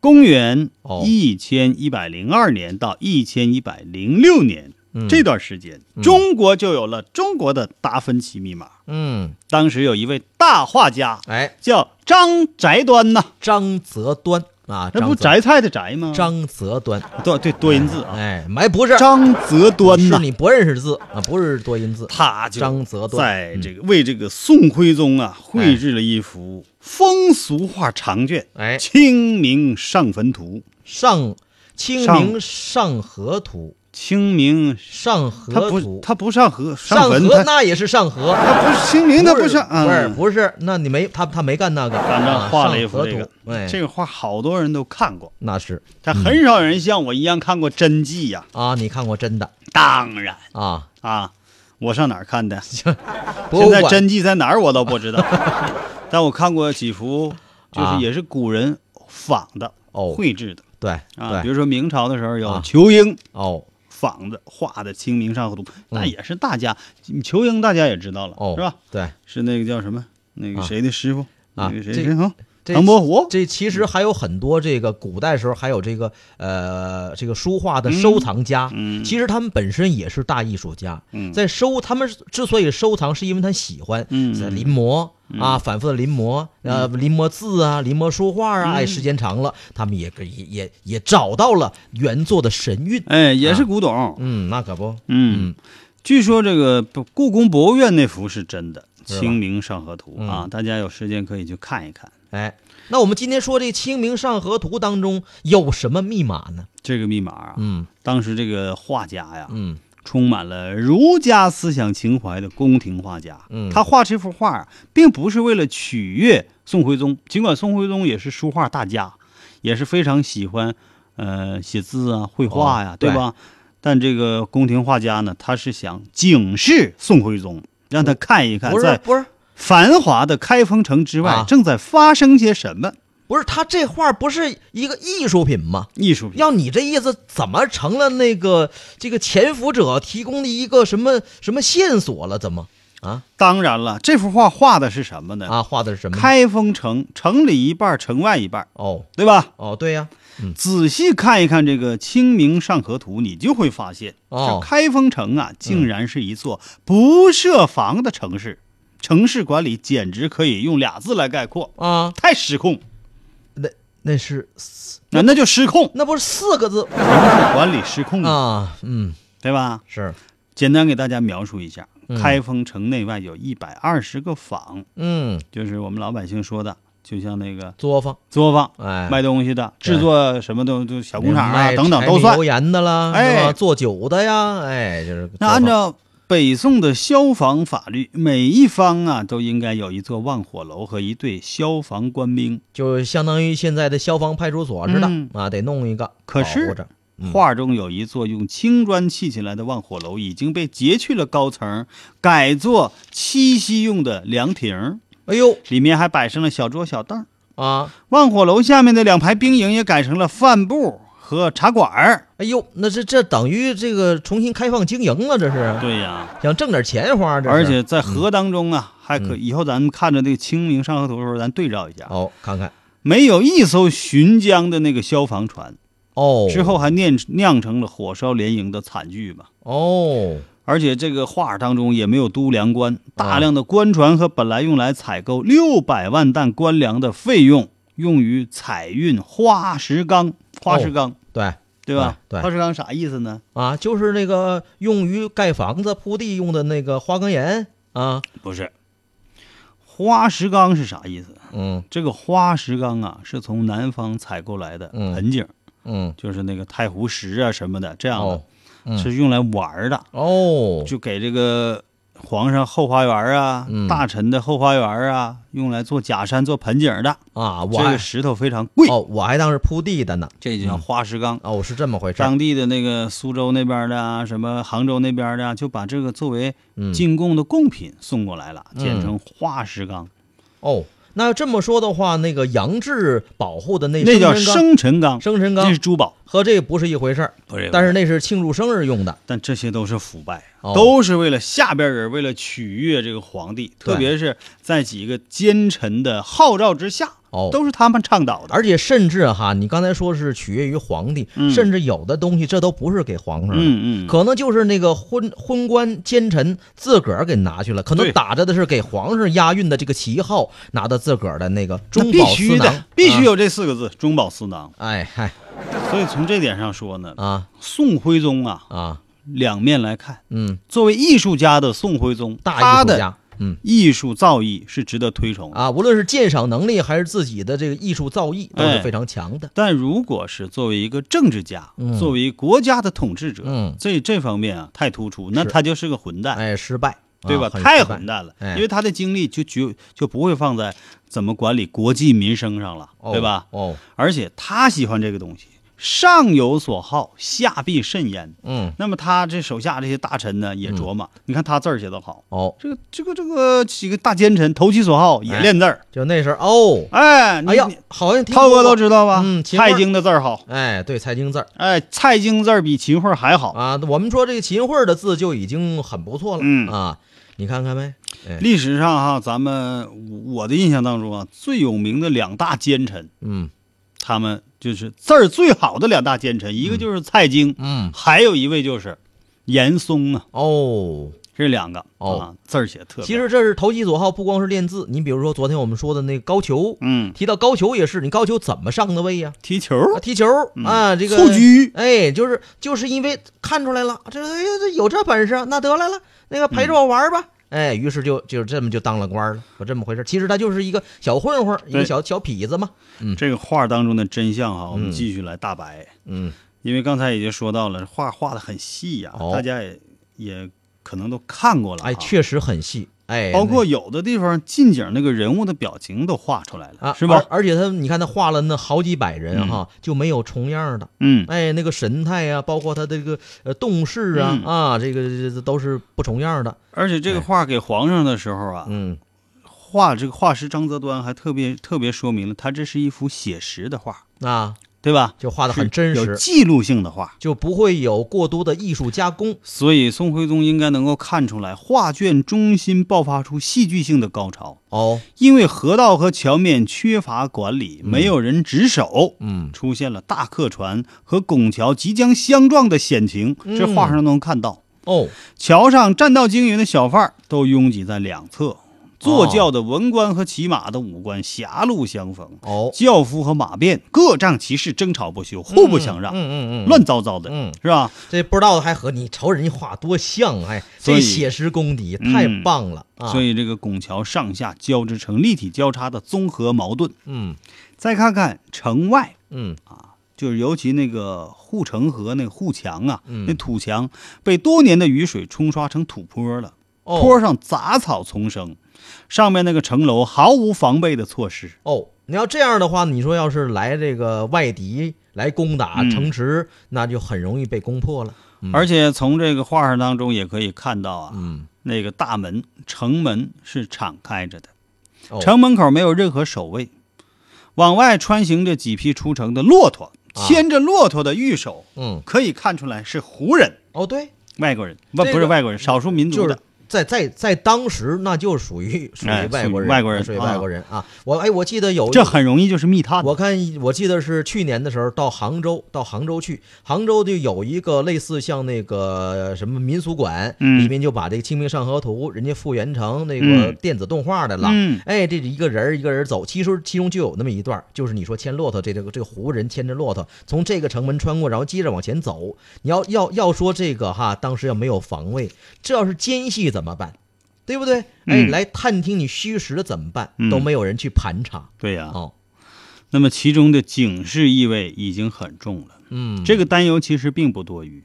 Speaker 4: 公元
Speaker 5: 嗯哦
Speaker 4: 一千一百零二年到一千一百零六年
Speaker 5: 嗯
Speaker 4: 这段时间，中国就有了中国的达芬奇密码。
Speaker 5: 嗯，
Speaker 4: 当时有一位大画家
Speaker 5: 哎，
Speaker 4: 叫张宅端呐，
Speaker 5: 张择端啊，
Speaker 4: 那
Speaker 5: 张
Speaker 4: 不
Speaker 5: 泽
Speaker 4: 摘菜的摘吗？
Speaker 5: 张泽端，
Speaker 4: 多对多音字啊，
Speaker 5: 哎，没不是，
Speaker 4: 张择端
Speaker 5: 是
Speaker 4: 呐，
Speaker 5: 你不认识字啊，不是多音字。
Speaker 4: 他就
Speaker 5: 张择端
Speaker 4: 在这个为这个宋徽宗啊绘制了一幅风俗画长卷，
Speaker 5: 哎
Speaker 4: 《清明上坟图》。
Speaker 5: 上清明上河图，
Speaker 4: 清明
Speaker 5: 上
Speaker 4: 他
Speaker 5: 河
Speaker 4: 不
Speaker 5: 图，
Speaker 4: 他不上河上
Speaker 5: 上
Speaker 4: 坟，
Speaker 5: 河
Speaker 4: 他
Speaker 5: 那也是上河，
Speaker 4: 他不是清明，他不上啊，
Speaker 5: 不是不是，那你没他他没干那个，
Speaker 4: 反
Speaker 5: 啊
Speaker 4: 正画了一幅
Speaker 5: 上
Speaker 4: 这
Speaker 5: 河
Speaker 4: 个
Speaker 5: 图，哎，嗯
Speaker 4: 这个画好多人都看过，
Speaker 5: 那是
Speaker 4: 但很少有人像我一样看过真迹呀。
Speaker 5: 啊，你看过真的
Speaker 4: 当然
Speaker 5: 啊？
Speaker 4: 啊，我上哪儿看的？
Speaker 5: 博
Speaker 4: 现
Speaker 5: 物
Speaker 4: 在
Speaker 5: 馆
Speaker 4: 真迹在哪儿我都不知道， 但我看过几幅，就是
Speaker 5: 啊
Speaker 4: 也是古人仿的、
Speaker 5: 哦
Speaker 4: 绘制的
Speaker 5: 对
Speaker 4: 啊，比
Speaker 5: 对
Speaker 4: 如说明朝的时候有
Speaker 5: 啊
Speaker 4: 仇英
Speaker 5: 哦
Speaker 4: 仿的画的《清明上河图》，那
Speaker 5: 嗯
Speaker 4: 也是大家仇英大家也知道了，
Speaker 5: 哦
Speaker 4: 是吧？
Speaker 5: 对，
Speaker 4: 是那个叫什么？那个
Speaker 5: 啊
Speaker 4: 谁的师傅？
Speaker 5: 啊
Speaker 4: 那个谁
Speaker 5: 这
Speaker 4: 谁啊？
Speaker 5: 这
Speaker 4: 唐伯虎。
Speaker 5: 这其实还有很多这个古代时候还有这个呃这个书画的收藏家，
Speaker 4: 嗯嗯
Speaker 5: 其实他们本身也是大艺术家，
Speaker 4: 嗯
Speaker 5: 在收他们之所以收藏，是因为他喜欢，
Speaker 4: 嗯
Speaker 5: 在临摹。啊，反复的临摹，呃，临摹字啊，临摹书画
Speaker 4: 嗯
Speaker 5: 啊，哎，时间长了，他们也也也也找到了原作的神韵。
Speaker 4: 哎，也是
Speaker 5: 啊
Speaker 4: 古董。
Speaker 5: 嗯，那可不，
Speaker 4: 嗯，据说这个不故宫博物院那幅是真的《清明上河图》
Speaker 5: 嗯
Speaker 4: 啊，大家有时间可以去看一看。
Speaker 5: 哎，那我们今天说这《清明上河图》当中有什么密码呢？
Speaker 4: 这个密码啊，
Speaker 5: 嗯
Speaker 4: 当时这个画家呀，
Speaker 5: 嗯，
Speaker 4: 充满了儒家思想情怀的宫廷画家。
Speaker 5: 嗯
Speaker 4: 他画这幅画啊，并不是为了取悦宋徽宗，尽管宋徽宗也是书画大家，也是非常喜欢呃写字啊、绘画呀、
Speaker 5: 哦
Speaker 4: 对吧？但这个宫廷画家呢，他是想警示宋徽宗，让他看一看
Speaker 5: 不是
Speaker 4: 在
Speaker 5: 不是
Speaker 4: 繁华的开封城之外、
Speaker 5: 啊
Speaker 4: 正在发生些什么
Speaker 5: 不是，他这画不是一个艺术品吗？
Speaker 4: 艺术品。
Speaker 5: 要你这意思，怎么成了那个这个潜伏者提供的一个什么什么线索了？怎么啊
Speaker 4: 当然了，这幅画画的是什么呢？
Speaker 5: 啊画的是什么？
Speaker 4: 嗯开封城，城里一半，城外一半，
Speaker 5: 哦
Speaker 4: 对吧？
Speaker 5: 哦，对呀、
Speaker 4: 仔细看一看这个《清明上河图》，你就会发现，
Speaker 5: 哦
Speaker 4: 这开封城啊，竟然是一座不设防的城市。城市管理简直可以用俩字来概括，
Speaker 5: 啊，
Speaker 4: 太失控。
Speaker 5: 那那是四
Speaker 4: 那那就失控，
Speaker 5: 那不是四个字
Speaker 4: 城市管理失控，
Speaker 5: 啊？嗯，
Speaker 4: 对吧？
Speaker 5: 是
Speaker 4: 简单给大家描述一下，
Speaker 5: 嗯
Speaker 4: 开封城内外有一百二十个坊，
Speaker 5: 嗯，
Speaker 4: 就是我们老百姓说的，就像那个
Speaker 5: 作坊
Speaker 4: 作坊、
Speaker 5: 哎，
Speaker 4: 卖东西的、
Speaker 5: 对
Speaker 4: 制作什么都都小工厂啊
Speaker 5: 卖
Speaker 4: 等等
Speaker 5: 柴
Speaker 4: 都
Speaker 5: 米
Speaker 4: 算
Speaker 5: 油。盐的啦，
Speaker 4: 哎
Speaker 5: 是吧做酒的呀，哎，就是
Speaker 4: 那
Speaker 5: 作坊
Speaker 4: 按照北宋的消防法律，每一方啊都应该有一座望火楼和一队消防官兵。
Speaker 5: 就相当于现在的消防派出所似的、
Speaker 4: 嗯
Speaker 5: 啊，得弄一个
Speaker 4: 可
Speaker 5: 保护
Speaker 4: 是
Speaker 5: 着，嗯
Speaker 4: 画中有一座用青砖砌起来的望火楼，已经被截去了高层，改做栖息用的凉亭，
Speaker 5: 哎呦
Speaker 4: 里面还摆上了小桌小凳。
Speaker 5: 啊，
Speaker 4: 望火楼下面的两排兵营也改成了饭部和茶馆儿。
Speaker 5: 哎呦，那这这等于这个重新开放经营了，这是
Speaker 4: 对呀、
Speaker 5: 想挣点钱花，这是嗯
Speaker 4: 而且在河当中啊，还可以后咱们看着这个《清明上河图》的时候，咱对照一下，啊
Speaker 5: 哦，看看
Speaker 4: 没有一艘巡江的那个消防船。
Speaker 5: 哦，
Speaker 4: 之后还酿酿成了火烧连营的惨剧嘛。
Speaker 5: 哦，
Speaker 4: 而且这个画当中也没有都粮官，大量的官船和本来用来采购六百万担官粮的费用，用于采运花石纲。花石纲，
Speaker 5: 对
Speaker 4: 对吧？
Speaker 5: 哦对对
Speaker 4: 花石纲啥意思呢？
Speaker 5: 啊，就是那个用于盖房子铺地用的那个花岗岩啊，
Speaker 4: 不是，花石纲是啥意思？
Speaker 5: 嗯
Speaker 4: 这个花石纲啊，是从南方采购来的
Speaker 5: 嗯
Speaker 4: 盆景，
Speaker 5: 嗯，
Speaker 4: 就是那个太湖石啊什么的，这样的、
Speaker 5: 哦嗯
Speaker 4: 是用来玩儿的。
Speaker 5: 哦，
Speaker 4: 就给这个皇上后花园啊、
Speaker 5: 嗯
Speaker 4: 大臣的后花园啊，用来做假山、做盆景的。
Speaker 5: 啊，我
Speaker 4: 这
Speaker 5: 还
Speaker 4: 个石头非常贵，
Speaker 5: 哦，我还当是铺地的呢，
Speaker 4: 这就叫花石纲。
Speaker 5: 哦，是这么回事儿，
Speaker 4: 当地的那个苏州那边的啊，什么杭州那边的啊，就把这个作为
Speaker 5: 嗯
Speaker 4: 进贡的贡品送过来了，
Speaker 5: 嗯
Speaker 4: 简称花石纲，
Speaker 5: 哦，那要这么说的话，那个杨志保护的那
Speaker 4: 那叫
Speaker 5: 生辰
Speaker 4: 生辰纲，
Speaker 5: 纲生辰纲
Speaker 4: 那是珠宝。
Speaker 5: 和这个不是一回事儿。
Speaker 4: 不是
Speaker 5: 但是那是庆祝生日用的，
Speaker 4: 但这些都是腐败，
Speaker 5: 哦
Speaker 4: 都是为了下边人，为了取悦这个皇帝，
Speaker 5: 对
Speaker 4: 特别是在几个奸臣的号召之下，
Speaker 5: 哦
Speaker 4: 都是他们倡导的。
Speaker 5: 而且甚至哈，你刚才说是取悦于皇帝，
Speaker 4: 嗯
Speaker 5: 甚至有的东西这都不是给皇上的，
Speaker 4: 嗯嗯，
Speaker 5: 可能就是那个昏昏官奸臣自个儿给拿去了，可能
Speaker 4: 对
Speaker 5: 打着的是给皇上押运的这个旗号，拿到自个儿的那个
Speaker 4: 那
Speaker 5: 中
Speaker 4: 必
Speaker 5: 饱私
Speaker 4: 须
Speaker 5: 囊
Speaker 4: 的，，必须
Speaker 5: 啊。
Speaker 4: 有这四个字“中饱私囊
Speaker 5: 哎嗨”。
Speaker 4: 所以从这点上说呢，
Speaker 5: 啊
Speaker 4: 宋徽宗啊，
Speaker 5: 啊，
Speaker 4: 两面来看，
Speaker 5: 嗯，
Speaker 4: 作为艺术家的宋徽宗，
Speaker 5: 大
Speaker 4: 他
Speaker 5: 艺术
Speaker 4: 的
Speaker 5: 家，嗯
Speaker 4: 艺术造诣是值得推崇的。
Speaker 5: 啊，无论是鉴赏能力还是自己的这个艺术造诣，都是
Speaker 4: 哎
Speaker 5: 非常强的。
Speaker 4: 但如果是作为一个政治家，
Speaker 5: 嗯
Speaker 4: 作为国家的统治者，
Speaker 5: 嗯
Speaker 4: 这这方面啊太突出，那
Speaker 5: 是
Speaker 4: 他就是个混蛋，
Speaker 5: 哎，失败，啊
Speaker 4: 对吧？
Speaker 5: 很
Speaker 4: 太
Speaker 5: 失败
Speaker 4: 混蛋了，
Speaker 5: 哎
Speaker 4: 因为他的精力就就就不会放在怎么管理国计民生上了，
Speaker 5: 哦
Speaker 4: 对吧？
Speaker 5: 哦，
Speaker 4: 而且他喜欢这个东西，上有所好，下必甚焉。
Speaker 5: 嗯，
Speaker 4: 那么他这手下这些大臣呢，也琢磨，你看他字儿写得好，
Speaker 5: 哦，
Speaker 4: 这个这个这个几个大奸臣投其所好也
Speaker 5: 哎
Speaker 4: 练字儿，
Speaker 5: 就那时候哦，
Speaker 4: 哎，你
Speaker 5: 哎呀
Speaker 4: 你，
Speaker 5: 好像听
Speaker 4: 涛
Speaker 5: 说
Speaker 4: 哥都
Speaker 5: 过
Speaker 4: 知道吧？
Speaker 5: 嗯秦桧
Speaker 4: 蔡京的字儿好，
Speaker 5: 哎，对，蔡京字儿
Speaker 4: 哎，蔡京字儿比秦桧还好。
Speaker 5: 啊，我们说这个秦桧的字就已经很不错了，
Speaker 4: 嗯
Speaker 5: 啊，你看看呗，哎，
Speaker 4: 历史上哈，咱们我的印象当中啊，最有名的两大奸臣，
Speaker 5: 嗯
Speaker 4: 他们就是字儿最好的两大奸臣，一个就是蔡京，
Speaker 5: 嗯，
Speaker 4: 还有一位就是严嵩啊，
Speaker 5: 哦，
Speaker 4: 这两个
Speaker 5: 哦
Speaker 4: 啊，字儿写得特别好。
Speaker 5: 其实这是投其所好，不光是练字，你比如说昨天我们说的那个高俅，
Speaker 4: 嗯，
Speaker 5: 提到高俅也是，你高俅怎么上的位呀？
Speaker 4: 踢球
Speaker 5: 啊，踢球啊，这个
Speaker 4: 嗯蹴鞠
Speaker 5: 哎，就是就是因为看出来了，这哎呀这有这本事，那得来了，那个陪着我玩
Speaker 4: 嗯
Speaker 5: 吧，哎，于是就就这么就当了官了，有这么回事。其实他就是一个小混混，一个
Speaker 4: 对
Speaker 5: 小小痞子嘛，
Speaker 4: 这个画当中的真相啊哈，我
Speaker 5: 嗯
Speaker 4: 们继续来大白，
Speaker 5: 嗯，
Speaker 4: 因为刚才已经说到了，画画的很细呀、
Speaker 5: 哦
Speaker 4: 大家也也可能都看过了、啊
Speaker 5: 哎，。确实很细，哎，
Speaker 4: 包括有的地方近景那个人物的表情都画出来了，
Speaker 5: 那啊，
Speaker 4: 是吧？
Speaker 5: 而而且他你看他画了那好几百人哈，就没有重样的。
Speaker 4: 嗯，
Speaker 5: 哎，那个神态啊，包括他这个呃动势啊、
Speaker 4: 嗯
Speaker 5: 啊，这个这这都是不重样的。
Speaker 4: 而且这个画给皇上的时候啊，
Speaker 5: 嗯，
Speaker 4: 画这个画师张择端还特别特别说明了，他这是一幅写实的画，
Speaker 5: 啊，
Speaker 4: 对吧？
Speaker 5: 就画的很
Speaker 4: 是
Speaker 5: 真
Speaker 4: 有
Speaker 5: 实，
Speaker 4: 记录性的画。
Speaker 5: 就不会有过多的艺术加工。
Speaker 4: 所以宋徽宗应该能够看出来，画卷中心爆发出戏剧性的高潮，
Speaker 5: 哦，
Speaker 4: 因为河道和桥面缺乏管理，没有人值守，
Speaker 5: 嗯，
Speaker 4: 出现了大客船和拱桥即将相撞的险情，
Speaker 5: 嗯
Speaker 4: 这画上都能看到。
Speaker 5: 哦，
Speaker 4: 桥上占道经营的小贩儿都拥挤在两侧，坐轿的文官和骑马的武官狭路相逢，
Speaker 5: 哦，
Speaker 4: 轿夫和马便各仗其势，争吵不休，互不相让，
Speaker 5: 嗯嗯嗯，
Speaker 4: 乱糟糟的，
Speaker 5: 嗯
Speaker 4: 是吧？
Speaker 5: 这不知道的还和你瞅人家画多像，哎，
Speaker 4: 所
Speaker 5: 这
Speaker 4: 以
Speaker 5: 写实功底太
Speaker 4: 嗯
Speaker 5: 棒了啊！
Speaker 4: 所以这个拱桥上下交织成立体交叉的综合矛盾。
Speaker 5: 嗯
Speaker 4: 再看看城外。
Speaker 5: 嗯，
Speaker 4: 就是尤其那个护城河那个护墙啊，
Speaker 5: 嗯
Speaker 4: 那土墙被多年的雨水冲刷成土坡了，
Speaker 5: 哦
Speaker 4: 坡上杂草丛生，上面那个城楼毫无防备的措施，
Speaker 5: 哦，你要这样的话，你说要是来这个外敌来攻打
Speaker 4: 嗯
Speaker 5: 城池，那就很容易被攻破了。嗯
Speaker 4: 而且从这个画上当中也可以看到啊，
Speaker 5: 嗯，
Speaker 4: 那个大门城门是敞开着的，
Speaker 5: 哦
Speaker 4: 城门口没有任何守卫，往外穿行着几匹出城的骆驼，
Speaker 5: 啊
Speaker 4: 牵着骆驼的御手，
Speaker 5: 嗯，
Speaker 4: 可以看出来是胡人。
Speaker 5: 哦对，
Speaker 4: 外国人不、
Speaker 5: 这
Speaker 4: 不是
Speaker 5: 个
Speaker 4: 外国人，少数民族
Speaker 5: 就
Speaker 4: 的。
Speaker 5: 是在在在当时，那就属于属于
Speaker 4: 哎
Speaker 5: 外国
Speaker 4: 属
Speaker 5: 人，
Speaker 4: 于外国人
Speaker 5: 属于
Speaker 4: 啊
Speaker 5: 外国人啊！我哎，我记得有
Speaker 4: 这很容易就是密探，
Speaker 5: 我看我记得是去年的时候到杭州，到杭州去，杭州就有一个类似像那个什么民俗馆，
Speaker 4: 嗯
Speaker 5: 里面就把这个《清明上河图》人家复原成那个
Speaker 4: 嗯
Speaker 5: 电子动画的了。
Speaker 4: 嗯
Speaker 5: 哎，这一个人儿一个人儿走，其实其中就有那么一段儿，就是你说牵骆驼，这这个这个胡人牵着骆驼从这个城门穿过，然后接着往前走。你要要要说这个哈，当时要没有防卫，这要是奸细怎么办？对不对？哎，
Speaker 4: 嗯
Speaker 5: 来探听你虚实的怎么办？
Speaker 4: 嗯啊
Speaker 5: 都没有人去盘查。
Speaker 4: 对呀、
Speaker 5: 哦，
Speaker 4: 那么其中的警示意味已经很重了。
Speaker 5: 嗯，
Speaker 4: 这个担忧其实并不多余。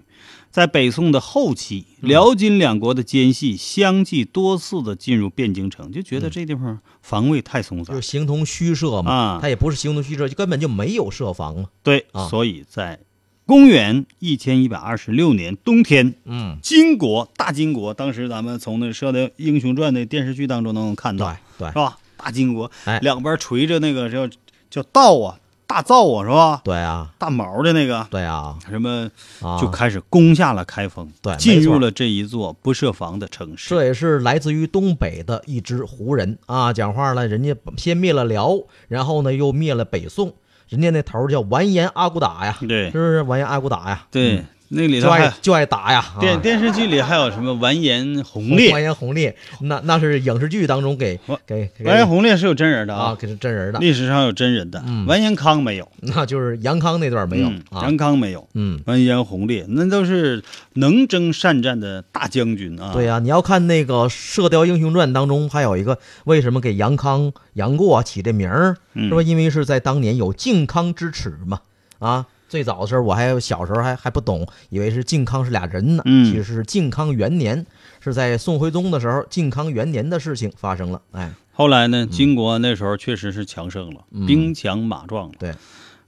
Speaker 4: 在北宋的后期，
Speaker 5: 嗯
Speaker 4: 辽金两国的奸细相继多次的进入汴京城，就觉得这地方防卫太松散
Speaker 5: 嗯就。形同虚设嘛，
Speaker 4: 啊
Speaker 5: 它也不是形同虚设，就根本就没有设防嘛。
Speaker 4: 对
Speaker 5: 啊，
Speaker 4: 所以在公元一千一百二十六年冬天，
Speaker 5: 嗯，
Speaker 4: 金国大金国，当时咱们从那《射雕英雄传》那电视剧当中能够看
Speaker 5: 对
Speaker 4: 到，
Speaker 5: 对
Speaker 4: 是，吧？大金国
Speaker 5: 哎
Speaker 4: 两边垂着那个叫叫道啊，大灶啊，是吧？
Speaker 5: 对啊，
Speaker 4: 大毛的那个
Speaker 5: 对啊，
Speaker 4: 什么，
Speaker 5: 啊，
Speaker 4: 就开始攻下了开封，
Speaker 5: 对
Speaker 4: 进
Speaker 5: 没
Speaker 4: 入
Speaker 5: 错
Speaker 4: 了这一座不设防的城市。
Speaker 5: 这也是来自于东北的一支胡人啊。讲话呢，人家先灭了辽，然后呢又灭了北宋，人家那头儿叫完颜阿骨打呀，
Speaker 4: 对
Speaker 5: 是不是完颜阿骨打呀？
Speaker 4: 嗯对，
Speaker 5: 嗯，
Speaker 4: 那里头
Speaker 5: 就
Speaker 4: 还
Speaker 5: 爱就爱打呀。啊
Speaker 4: 电电视剧里还有什么完颜洪烈？
Speaker 5: 完颜洪烈，那那是影视剧当中给
Speaker 4: 完
Speaker 5: 给给
Speaker 4: 完颜洪烈是有真人的
Speaker 5: 啊，给是真人的，
Speaker 4: 历史上有真人的。
Speaker 5: 嗯
Speaker 4: 完颜康没有，
Speaker 5: 那就是杨康那段没有
Speaker 4: 嗯
Speaker 5: 啊
Speaker 4: 杨，康没有，
Speaker 5: 嗯。
Speaker 4: 完颜洪烈那都是能征善战的大将军啊。
Speaker 5: 对呀、你要看那个《射雕英雄传》当中，还有一个为什么给杨康、杨过啊起这名儿，
Speaker 4: 嗯
Speaker 5: 是吧？因为是在当年有靖康之耻嘛，啊，最早的时候我还小时候还还不懂，以为是靖康是俩人呢，
Speaker 4: 嗯
Speaker 5: 其实是靖康元年，是在宋徽宗的时候，靖康元年的事情发生了，哎，
Speaker 4: 后来呢，金国那时候确实是强盛了，
Speaker 5: 嗯
Speaker 4: 兵强马壮了。
Speaker 5: 对，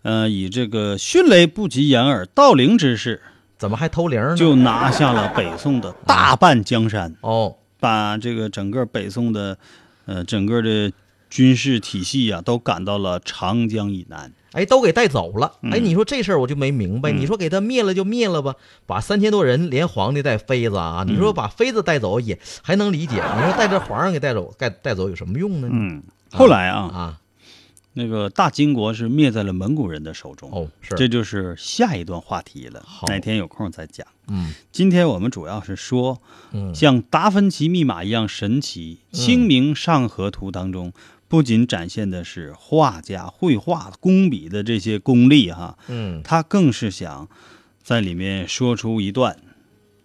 Speaker 4: 呃，以这个迅雷不及掩耳盗铃之势，
Speaker 5: 怎么还偷铃儿呢？
Speaker 4: 就拿下了北宋的大半江山，
Speaker 5: 哦，
Speaker 4: 把这个整个北宋的，呃，整个的军事体系啊，都赶到了长江以南。
Speaker 5: 哎，都给带走了。哎，
Speaker 4: 嗯
Speaker 5: 你说这事儿我就没明白。
Speaker 4: 嗯
Speaker 5: 你说给他灭了就灭了吧，把三千多人连皇帝带妃子啊，你
Speaker 4: 嗯
Speaker 5: 说把妃子带走也还能理解，你说带着皇上给带走，带带走有什么用呢？
Speaker 4: 嗯，后来啊，
Speaker 5: 啊，
Speaker 4: 那个大金国是灭在了蒙古人的手中。
Speaker 5: 哦，是，
Speaker 4: 这就是下一段话题了
Speaker 5: 好，
Speaker 4: 哪天有空再讲。
Speaker 5: 嗯
Speaker 4: 今天我们主要是说，
Speaker 5: 嗯，
Speaker 4: 像达芬奇密码一样神奇，《清明上河图》当中不仅展现的是画家绘画工笔的这些功力哈，
Speaker 5: 嗯，
Speaker 4: 他更是想在里面说出一段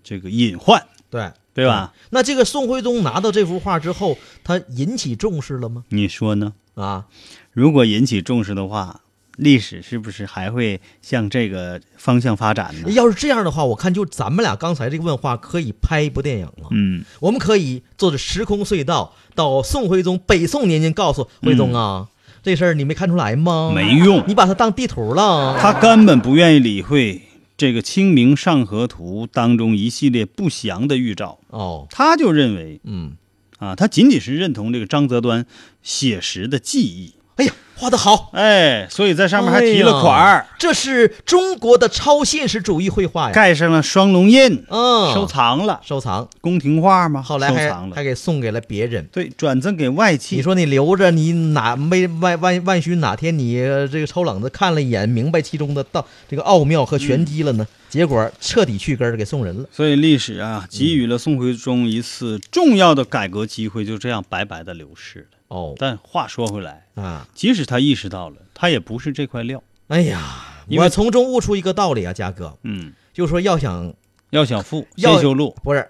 Speaker 4: 这个隐患，
Speaker 5: 对。嗯
Speaker 4: 对吧？
Speaker 5: 那这个宋徽宗拿到这幅画之后，他引起重视了吗？
Speaker 4: 你说呢？
Speaker 5: 啊，
Speaker 4: 如果引起重视的话，历史是不是还会向这个方向发展呢？
Speaker 5: 要是这样的话，我看就咱们俩刚才这个问话，可以拍一部电影了。
Speaker 4: 嗯，
Speaker 5: 我们可以坐着时空隧道到宋徽宗北宋年间，告诉徽宗啊，这事儿你没看出来吗？
Speaker 4: 嗯没用
Speaker 5: 你把它当地图了。
Speaker 4: 他根本不愿意理会这个《清明上河图》当中一系列不祥的预兆，
Speaker 5: 哦，
Speaker 4: 他就认为。
Speaker 5: 嗯，
Speaker 4: 啊，他仅仅是认同这个张择端写实的技艺，
Speaker 5: 哎呀，画的好，
Speaker 4: 哎，所以在上面还提了款
Speaker 5: 哎
Speaker 4: 儿
Speaker 5: 呀，这是中国的超现实主义绘画呀。
Speaker 4: 盖上了双龙印，
Speaker 5: 嗯，
Speaker 4: 收藏了
Speaker 5: 收藏，
Speaker 4: 宫廷画嘛，
Speaker 5: 后来
Speaker 4: 收
Speaker 5: 还
Speaker 4: 藏了
Speaker 5: 还，给送给了别人。
Speaker 4: 对，转赠给外戚。
Speaker 5: 你说你留着，你哪没万万万许哪天你呃这个抽冷子看了一眼，明白其中的道这个奥妙和玄机了呢？
Speaker 4: 嗯
Speaker 5: 结果彻底去根儿给送人了。
Speaker 4: 所以历史啊，给予了宋徽宗一次重要的改革机会，就这样白白的流失了。
Speaker 5: 哦
Speaker 4: 但话说回来，
Speaker 5: 啊，
Speaker 4: 即使他意识到了，他也不是这块料。
Speaker 5: 哎呀，
Speaker 4: 因为
Speaker 5: 我从中悟出一个道理啊，嘉哥，
Speaker 4: 嗯，
Speaker 5: 就说要想
Speaker 4: 要想富，
Speaker 5: 要
Speaker 4: 先修路。
Speaker 5: 不是，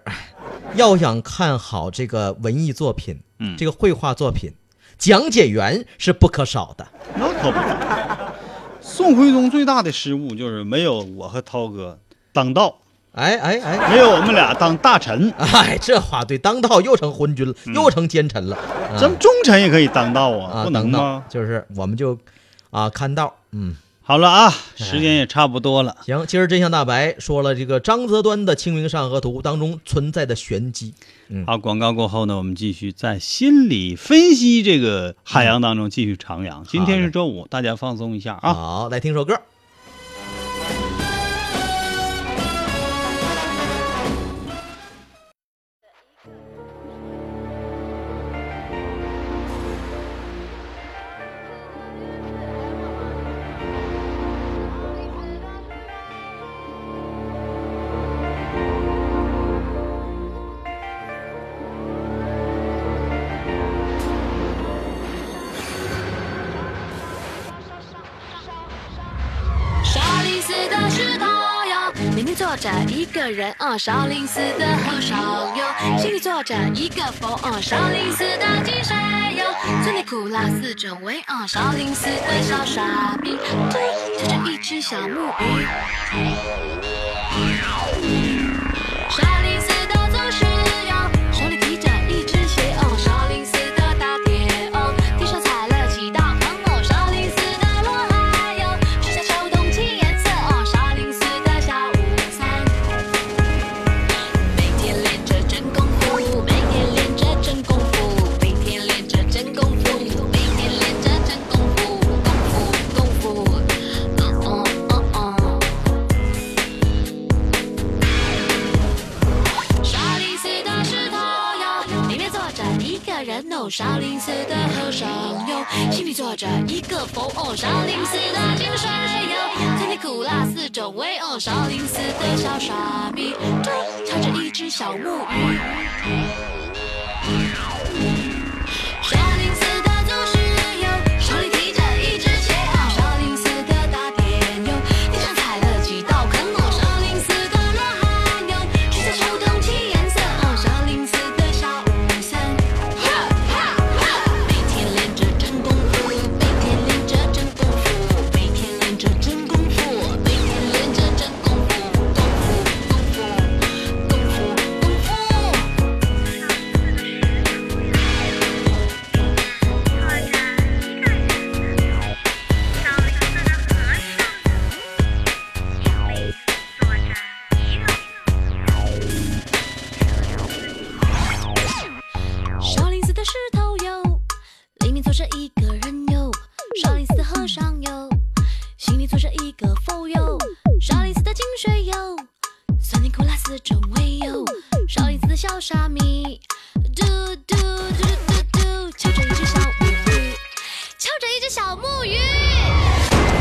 Speaker 5: 要想看好这个文艺作品，
Speaker 4: 嗯
Speaker 5: 这个绘画作品，讲解员是不可少的。
Speaker 4: 那可不咋。宋徽宗最大的失误就是没有我和涛哥当道。
Speaker 5: 哎哎哎。
Speaker 4: 没有我们俩当大臣，
Speaker 5: 哎，这话对，当道又成昏君了，又成奸臣了。啊
Speaker 4: 咱们忠臣也可以当道
Speaker 5: 啊，
Speaker 4: 嗯啊，不能
Speaker 5: 当道
Speaker 4: 吗？
Speaker 5: 就是我们就啊看道，嗯，
Speaker 4: 好了啊，时间也差不多了。
Speaker 5: 行。今儿真相大白说了这个张择端的《清明上河图》当中存在的玄机。
Speaker 4: 好，广告过后呢，我们继续在心理分析这个海洋当中继续徜徉。今天是周五，大家放松一下啊。
Speaker 5: 好，来听首歌。
Speaker 8: 少林寺的石头哟，里面坐着一个人，嗯，少林寺的和尚哟，心里坐着一个佛，嗯，少林寺的金水哟，酸甜苦辣四种味，嗯，少林寺的小傻逼，对，这是一只小木鱼。少林寺的宗师哟，手里提着一只鞋哦，少林寺的大铁哦，地上踩了几道坑哦，少林寺的罗汉哟，春夏秋冬七颜色哦，少林寺的下午餐。每天练着真功夫，每天练着真功夫，每天练着真功夫，每天练着真功夫，功夫功夫。少林寺的和尚哟，心里坐着一个佛哦，少林寺的金水哟，酸甜苦辣四种味哦，少林寺的小沙弥中敲着一只小木鱼。少林寺的祖师哟，手里提着一只钱哦；少林寺的大典哟，地上踩了几道坑哦；少林寺的罗汉哟，身在手动起颜色哦；少林寺的小武僧，哈哈哈！每天练着真功夫，每天练着真功夫，每天练着真功夫，每天练着真功夫，功夫功夫功夫功夫。少林寺的石头哟，里面坐着一个人哟，少林寺的和尚哟，心里坐着一个佛哟，少林寺的井水哟，酸甜苦辣四种味哟，少林寺的小沙弥，嘟嘟嘟嘟嘟嘟，敲着一只小木鱼，敲着一只小木鱼。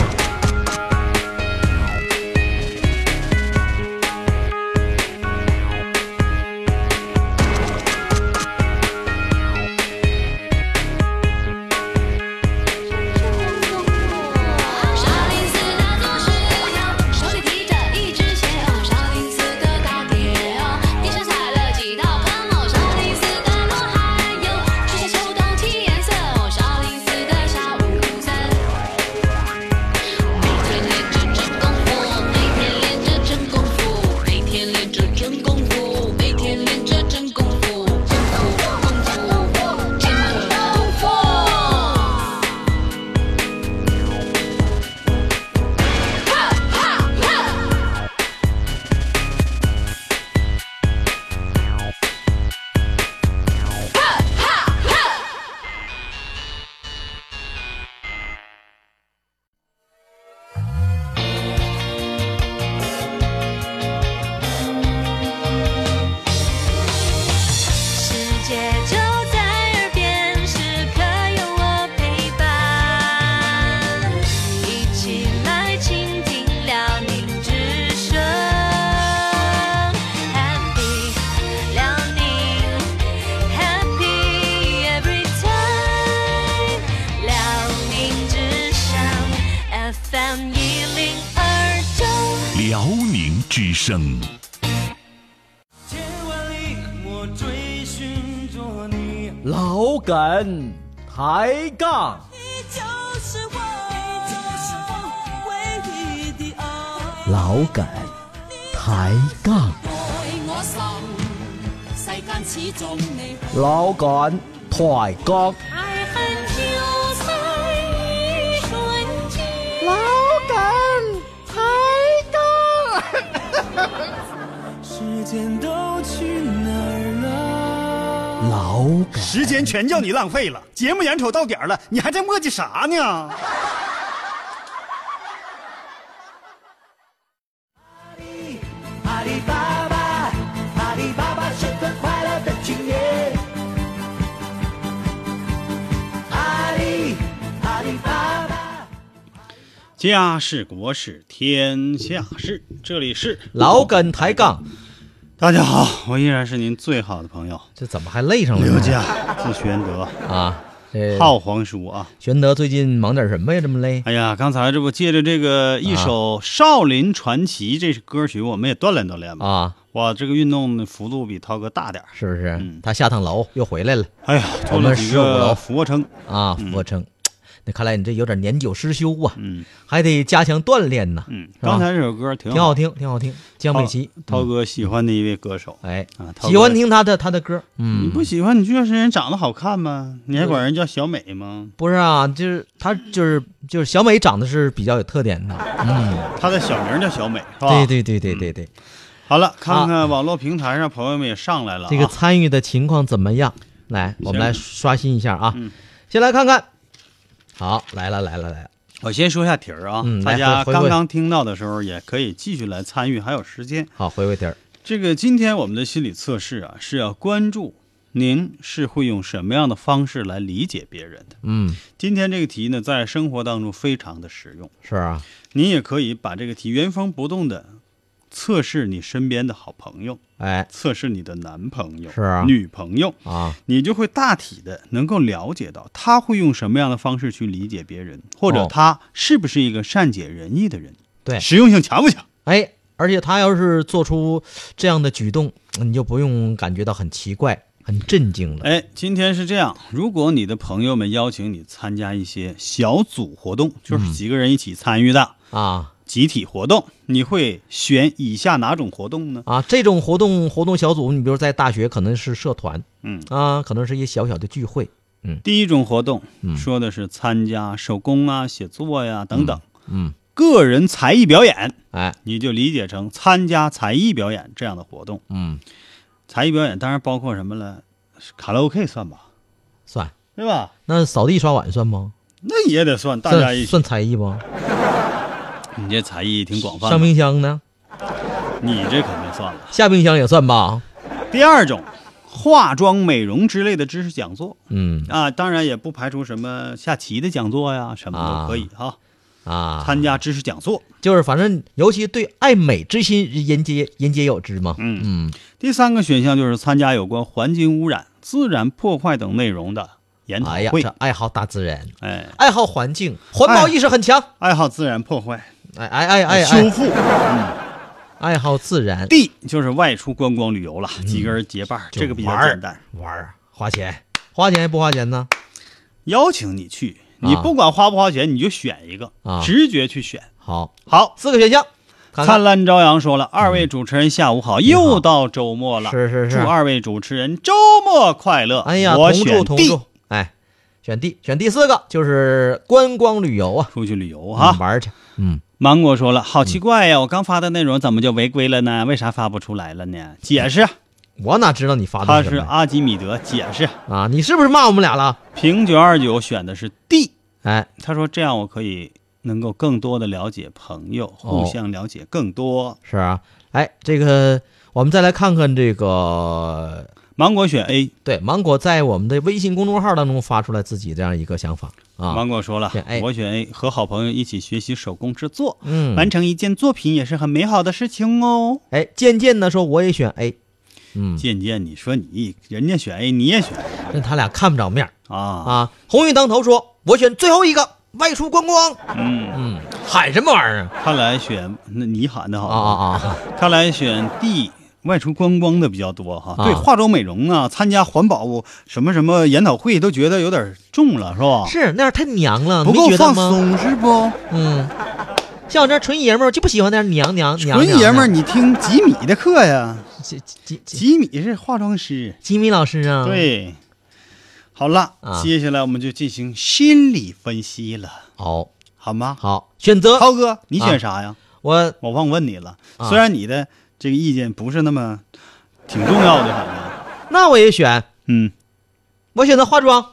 Speaker 8: 少林寺的祖师哟，手里提着一只鞋哦；少林寺的大铁哦，地上踩了几道坑哦；少林寺的罗汉哟，春夏秋冬七颜色哦；少林寺的小武僧，每天练着真功夫，每天练着真功夫，每天练着真功夫，每天练着真功夫，功夫功夫真功夫。世界就在耳边，时刻有我陪伴。一起来倾听辽宁之声，Happy 辽宁，Happy every time。辽宁之声 FM 一零二九。
Speaker 9: 辽宁之声。
Speaker 1: 千万里，我追寻着你。
Speaker 2: 老梗抬杠。
Speaker 1: 你就是我，你就是我唯一的爱。
Speaker 5: 老梗抬杠，
Speaker 1: 爱我心，世间始终你。
Speaker 2: 老梗抬杠。
Speaker 8: 爱恨就在一瞬间。
Speaker 1: 时间都去哪儿了？
Speaker 5: 老梗
Speaker 4: 时间全叫你浪费了，节目眼瞅到点儿了，你还在磨叽啥呢？
Speaker 1: 阿里巴巴，阿里巴巴是个快乐的青年。阿里，阿里巴巴。
Speaker 4: 家事国事天下事，这里是
Speaker 5: 老梗抬杠，
Speaker 4: 大家好，我依然是您最好的朋友
Speaker 5: 这怎么还累上了呢？
Speaker 4: 刘 佳，字玄德，
Speaker 5: 啊，这
Speaker 4: 号皇叔啊。
Speaker 5: 玄德最近忙点什么呀？这么累？
Speaker 4: 哎呀，刚才这不借着这个一首《
Speaker 5: 啊
Speaker 4: 少林传奇》这首歌曲，我们也锻炼锻炼吧。
Speaker 5: 啊，
Speaker 4: 哇，这个运动幅度比涛哥大点儿。
Speaker 5: 是不是？
Speaker 4: 嗯
Speaker 5: 他下趟楼又回来了
Speaker 4: 哎呀，
Speaker 5: 我
Speaker 4: 做
Speaker 5: 们
Speaker 4: 了几
Speaker 5: 15楼
Speaker 4: 个俯卧撑。
Speaker 5: 啊！俯称，那看来你这有点年久失修啊，
Speaker 4: 嗯
Speaker 5: 还得加强锻炼呢。
Speaker 4: 嗯，
Speaker 5: 是吧
Speaker 4: 刚才这首歌挺
Speaker 5: 挺好听，挺好听。江
Speaker 4: 涛
Speaker 5: 美琪，
Speaker 4: 涛
Speaker 5: 嗯
Speaker 4: 哥喜欢的一位歌手。
Speaker 5: 哎
Speaker 4: 啊，涛哥
Speaker 5: 喜欢听他的他的歌，
Speaker 4: 你
Speaker 5: 嗯，
Speaker 4: 不喜欢，你就要是人长得好看吗？你还管人叫小美吗？
Speaker 5: 不是啊，就是他就是就是小美长得是比较有特点的，
Speaker 4: 啊
Speaker 5: 嗯，
Speaker 4: 她的小名叫小美，是吧？
Speaker 5: 对。对对对对对，
Speaker 4: 好了，看看网络平台上朋友们也上来了、啊。
Speaker 5: 这个参与的情况怎么样？来，我们来刷新一下啊，
Speaker 4: 嗯
Speaker 5: 先来看看，好，来了来了来了，
Speaker 4: 我先说下题儿啊，
Speaker 5: 嗯
Speaker 4: 大
Speaker 5: 来
Speaker 4: 家
Speaker 5: 回回
Speaker 4: 刚刚听到的时候也可以继续来参与，还有时间。
Speaker 5: 好，回回题儿，
Speaker 4: 这个今天我们的心理测试啊，是要关注您是会用什么样的方式来理解别人的？
Speaker 5: 嗯，
Speaker 4: 今天这个题呢，在生活当中非常的实用。
Speaker 5: 是啊，
Speaker 4: 您也可以把这个题原封不动的测试你身边的好朋友，
Speaker 5: 哎
Speaker 4: 测试你的男朋友、
Speaker 5: 是啊
Speaker 4: 女朋友，
Speaker 5: 啊，
Speaker 4: 你就会大体的能够了解到他会用什么样的方式去理解别人，或者
Speaker 5: 哦
Speaker 4: 他是不是一个善解人意的人，
Speaker 5: 对
Speaker 4: 实用性强不强？
Speaker 5: 哎，而且他要是做出这样的举动，你就不用感觉到很奇怪、很震惊了。
Speaker 4: 哎，今天是这样，如果你的朋友们邀请你参加一些小组活动，
Speaker 5: 嗯
Speaker 4: 就是几个人一起参与的。
Speaker 5: 啊
Speaker 4: 集体活动，你会选以下哪种活动呢？
Speaker 5: 啊，这种活动活动小组，你比如在大学可能是社团，
Speaker 4: 嗯
Speaker 5: 啊，可能是一小小的聚会，
Speaker 4: 第一种活动、
Speaker 5: 嗯
Speaker 4: 说的是参加手工啊、写作呀、等等、
Speaker 5: 嗯，
Speaker 4: 个人才艺表演，
Speaker 5: 哎，
Speaker 4: 你就理解成参加才艺表演这样的活动。
Speaker 5: 嗯，
Speaker 4: 才艺表演当然包括什么了？卡拉 OK 算吧，
Speaker 5: 算，
Speaker 4: 对吧？
Speaker 5: 那扫地刷碗算吗？
Speaker 4: 那也得算，大家
Speaker 5: 算
Speaker 4: 一起。
Speaker 5: 算才艺吗？
Speaker 4: 你这才艺挺广泛
Speaker 5: 上
Speaker 4: 的，
Speaker 5: 冰箱呢？
Speaker 4: 你这可没算了。
Speaker 5: 下冰箱也算吧？
Speaker 4: 第二种，化妆、美容之类的知识讲座
Speaker 5: 嗯
Speaker 4: 啊，当然也不排除什么下棋的讲座呀，什么都可以哈、
Speaker 5: 啊，
Speaker 4: 参加知识讲座。
Speaker 5: 就是反正尤其对爱美之心，人皆人皆有之嘛。
Speaker 4: 嗯
Speaker 5: 嗯，
Speaker 4: 第三个选项就是参加有关环境污染、自然破坏等内容的研讨
Speaker 5: 哎呀，
Speaker 4: 会
Speaker 5: 这。爱好大自然，
Speaker 4: 哎，
Speaker 5: 爱好环境，环保意识很强。
Speaker 4: 爱好自然破坏、
Speaker 5: 哎哎哎哎，
Speaker 4: 修
Speaker 5: 哎
Speaker 4: 复。
Speaker 5: 爱好自然，
Speaker 4: D 就是外出观光旅游了，几个人结伴儿，
Speaker 5: 嗯就
Speaker 4: 这个比较
Speaker 5: 玩儿
Speaker 4: 简单。
Speaker 5: 玩儿花钱，花钱不花钱呢？
Speaker 4: 邀请你去，你
Speaker 5: 啊
Speaker 4: 不管花不花钱，你就选一个
Speaker 5: 啊，
Speaker 4: 直觉去选。
Speaker 5: 好，
Speaker 4: 好，
Speaker 5: 四个选项，看嗯
Speaker 4: 灿烂朝阳说了，二位主持人下午好，又到周末了，
Speaker 5: 是是是
Speaker 4: 祝二位主持人周末快乐。
Speaker 5: 哎呀，
Speaker 4: 我
Speaker 5: 同住
Speaker 4: 选
Speaker 5: 同
Speaker 4: D，
Speaker 5: 住，哎，选 D，选第四个就是观光旅游啊，
Speaker 4: 出去旅游哈
Speaker 5: 嗯。玩儿去，嗯，
Speaker 4: 芒果说了，好奇怪呀、我刚发的内容怎么就违规了呢？为啥发不出来了呢？解释，啊
Speaker 5: 我哪知道你发
Speaker 4: 他
Speaker 5: 的
Speaker 4: 是
Speaker 5: 什么呀
Speaker 4: 阿基米德。解释，
Speaker 5: 啊？你是不是骂我们俩了？
Speaker 4: 平九二九选的是 D，
Speaker 5: 哎，
Speaker 4: 他说这样我可以能够更多的了解朋友，
Speaker 5: 哦
Speaker 4: 互相了解更多。
Speaker 5: 是啊，哎，这个我们再来看看这个。
Speaker 4: 芒果选 A，
Speaker 5: 对，芒果在我们的微信公众号当中发出来自己这样一个想法啊
Speaker 4: 芒，果说了，
Speaker 5: 选 A
Speaker 4: 我选 A，和好朋友一起学习手工制作，
Speaker 5: 嗯，
Speaker 4: 完成一件作品也是很美好的事情哦。
Speaker 5: 哎，渐渐的说我也选 A，嗯，
Speaker 4: 渐渐你说你人家选哎 A，你也选 A
Speaker 5: 那他俩看不着面儿
Speaker 4: 啊？
Speaker 5: 啊。红运当头说，我选最后一个，外出观光。
Speaker 4: 嗯，
Speaker 5: 嗯，喊什么玩意儿
Speaker 4: 看来选那你喊的好
Speaker 5: 啊啊啊！
Speaker 4: 看来选 D 外出观光的比较多哈，
Speaker 5: 啊
Speaker 4: 对化妆美容啊，参加环保什么什么研讨会都觉得有点重了，是吧？
Speaker 5: 是那样太娘了，
Speaker 4: 不
Speaker 5: 你
Speaker 4: 够
Speaker 5: 觉得
Speaker 4: 放
Speaker 5: 吗？
Speaker 4: 松是不？
Speaker 5: 嗯，像我这纯爷们儿我就不喜欢那样娘娘娘娘的。
Speaker 4: 纯爷们儿，你听吉米的课呀，
Speaker 5: 吉吉吉
Speaker 4: 吉米是化妆师，
Speaker 5: 吉米老师啊，
Speaker 4: 对。好了，
Speaker 5: 啊
Speaker 4: 接下来我们就进行心理分析了，
Speaker 5: 好
Speaker 4: 好吗？
Speaker 5: 好选择
Speaker 4: 涛哥，你
Speaker 5: 啊
Speaker 4: 选啥呀？
Speaker 5: 我
Speaker 4: 我忘问你了，
Speaker 5: 啊
Speaker 4: 虽然你的这个意见不是那么挺重要的，反正，
Speaker 5: 那我也选，
Speaker 4: 嗯，
Speaker 5: 我选择化妆。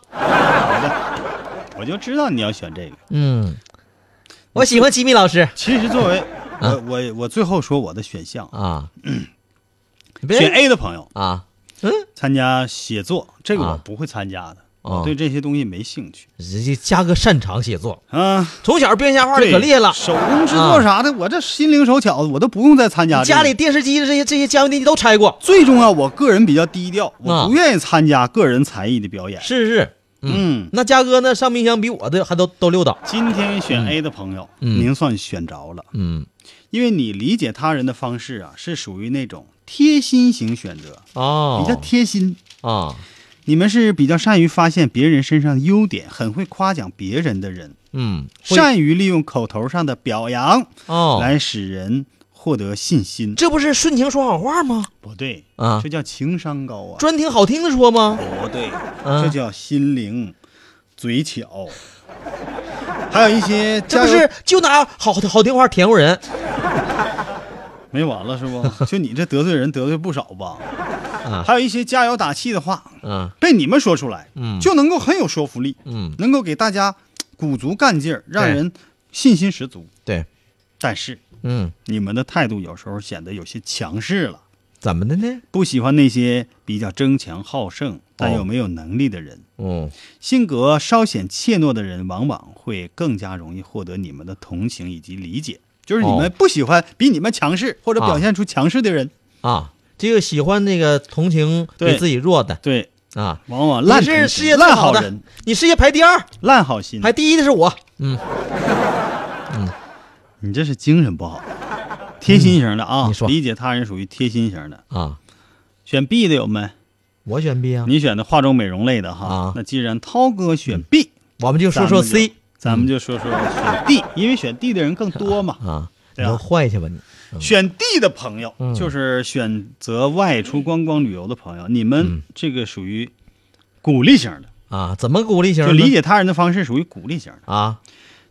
Speaker 4: 我就知道你要选这个。
Speaker 5: 嗯，我喜欢吉米老师
Speaker 4: 其实作为
Speaker 5: 啊
Speaker 4: 我我我最后说我的选项，
Speaker 5: 啊，你别
Speaker 4: 选 A 的朋友
Speaker 5: 啊，
Speaker 4: 参加写作，这个
Speaker 5: 啊
Speaker 4: 我不会参加的，
Speaker 5: 哦
Speaker 4: 我对这些东西没兴趣。
Speaker 5: 直接加个擅长写作，
Speaker 4: 啊，
Speaker 5: 从小编瞎话
Speaker 4: 对
Speaker 5: 可厉害了。啊
Speaker 4: 手工制作啥的，我这心灵手巧，我都不用再参加这个。
Speaker 5: 家里电视机的这些这些家用电器都拆过，
Speaker 4: 最重要，我个人比较低调，我
Speaker 5: 啊
Speaker 4: 不愿意参加个人才艺的表演。
Speaker 5: 是是。
Speaker 4: 嗯，
Speaker 5: 那嘉哥呢？上冰箱比我的还都都溜达。
Speaker 4: 今天选 A 的朋友，
Speaker 5: 嗯
Speaker 4: 您算选着了，
Speaker 5: 嗯
Speaker 4: 因为你理解他人的方式啊，是属于那种贴心型选择，
Speaker 5: 哦
Speaker 4: 比较贴心。
Speaker 5: 啊，
Speaker 4: 你们是比较善于发现别人身上的优点，很会夸奖别人的人，
Speaker 5: 嗯，会
Speaker 4: 善于利用口头上的表扬
Speaker 5: 哦，
Speaker 4: 来使人获得信心。
Speaker 5: 这不是顺情说好话吗？
Speaker 4: 不对
Speaker 5: 啊
Speaker 4: 这叫情商高啊！
Speaker 5: 专听好听的说吗？
Speaker 4: 不对，
Speaker 5: 啊
Speaker 4: 这叫心灵嘴巧。 还有一些
Speaker 5: 这
Speaker 4: 加
Speaker 5: 不
Speaker 4: 油
Speaker 5: 是就拿好好听话甜乎人
Speaker 4: 没完了是 不？就你这得罪人得罪不少吧？
Speaker 5: 啊
Speaker 4: 还有一些加油打气的话
Speaker 5: 啊？
Speaker 4: 被你们说出来，
Speaker 5: 嗯
Speaker 4: 就能够很有说服力，
Speaker 5: 嗯，
Speaker 4: 能够给大家鼓足干劲儿，让
Speaker 5: 对
Speaker 4: 人信心十足。
Speaker 5: 对，
Speaker 4: 但是
Speaker 5: 嗯，
Speaker 4: 你们的态度有时候显得有些强势了。
Speaker 5: 怎么的呢？
Speaker 4: 不喜欢那些比较争强好胜但
Speaker 5: 哦
Speaker 4: 又没有能力的人。
Speaker 5: 嗯，
Speaker 4: 性格稍显怯懦的人，往往会更加容易获得你们的同情以及理解。就是你们
Speaker 5: 哦
Speaker 4: 不喜欢比你们强势或者
Speaker 5: 啊
Speaker 4: 表现出强势的人，
Speaker 5: 啊，这个喜欢那个同情比
Speaker 4: 对
Speaker 5: 自己弱的
Speaker 4: 对，
Speaker 5: 啊，
Speaker 4: 往往
Speaker 5: 你
Speaker 4: 烂
Speaker 5: 是
Speaker 4: 同
Speaker 5: 世
Speaker 4: 心
Speaker 5: 界最
Speaker 4: 烂
Speaker 5: 好
Speaker 4: 好
Speaker 5: 的
Speaker 4: 人、，
Speaker 5: 你世界排第二，
Speaker 4: 烂好心，
Speaker 5: 排第一的是我。嗯，
Speaker 4: 你这是精神不好，贴心型的啊
Speaker 5: 嗯你，说
Speaker 4: 理解他人属于贴心型的。
Speaker 5: 啊，
Speaker 4: 选 B 的有没？
Speaker 5: 我选 B 啊，
Speaker 4: 你选的化妆美容类的哈。
Speaker 5: 啊
Speaker 4: 那既然涛哥选 B，
Speaker 5: 我们就说说 C
Speaker 4: 咱们就说说
Speaker 5: 嗯
Speaker 4: 选 D，因为选 D 的人更多嘛。
Speaker 5: 啊，你
Speaker 4: 对啊
Speaker 5: 都坏去吧你。
Speaker 4: 选 D 的朋友，
Speaker 5: 嗯
Speaker 4: 就是选择外出观光旅游的朋友，你们
Speaker 5: 嗯
Speaker 4: 这个属于鼓励型的，
Speaker 5: 啊，怎么鼓励型呢？
Speaker 4: 就理解他人的方式属于鼓励型的。
Speaker 5: 啊，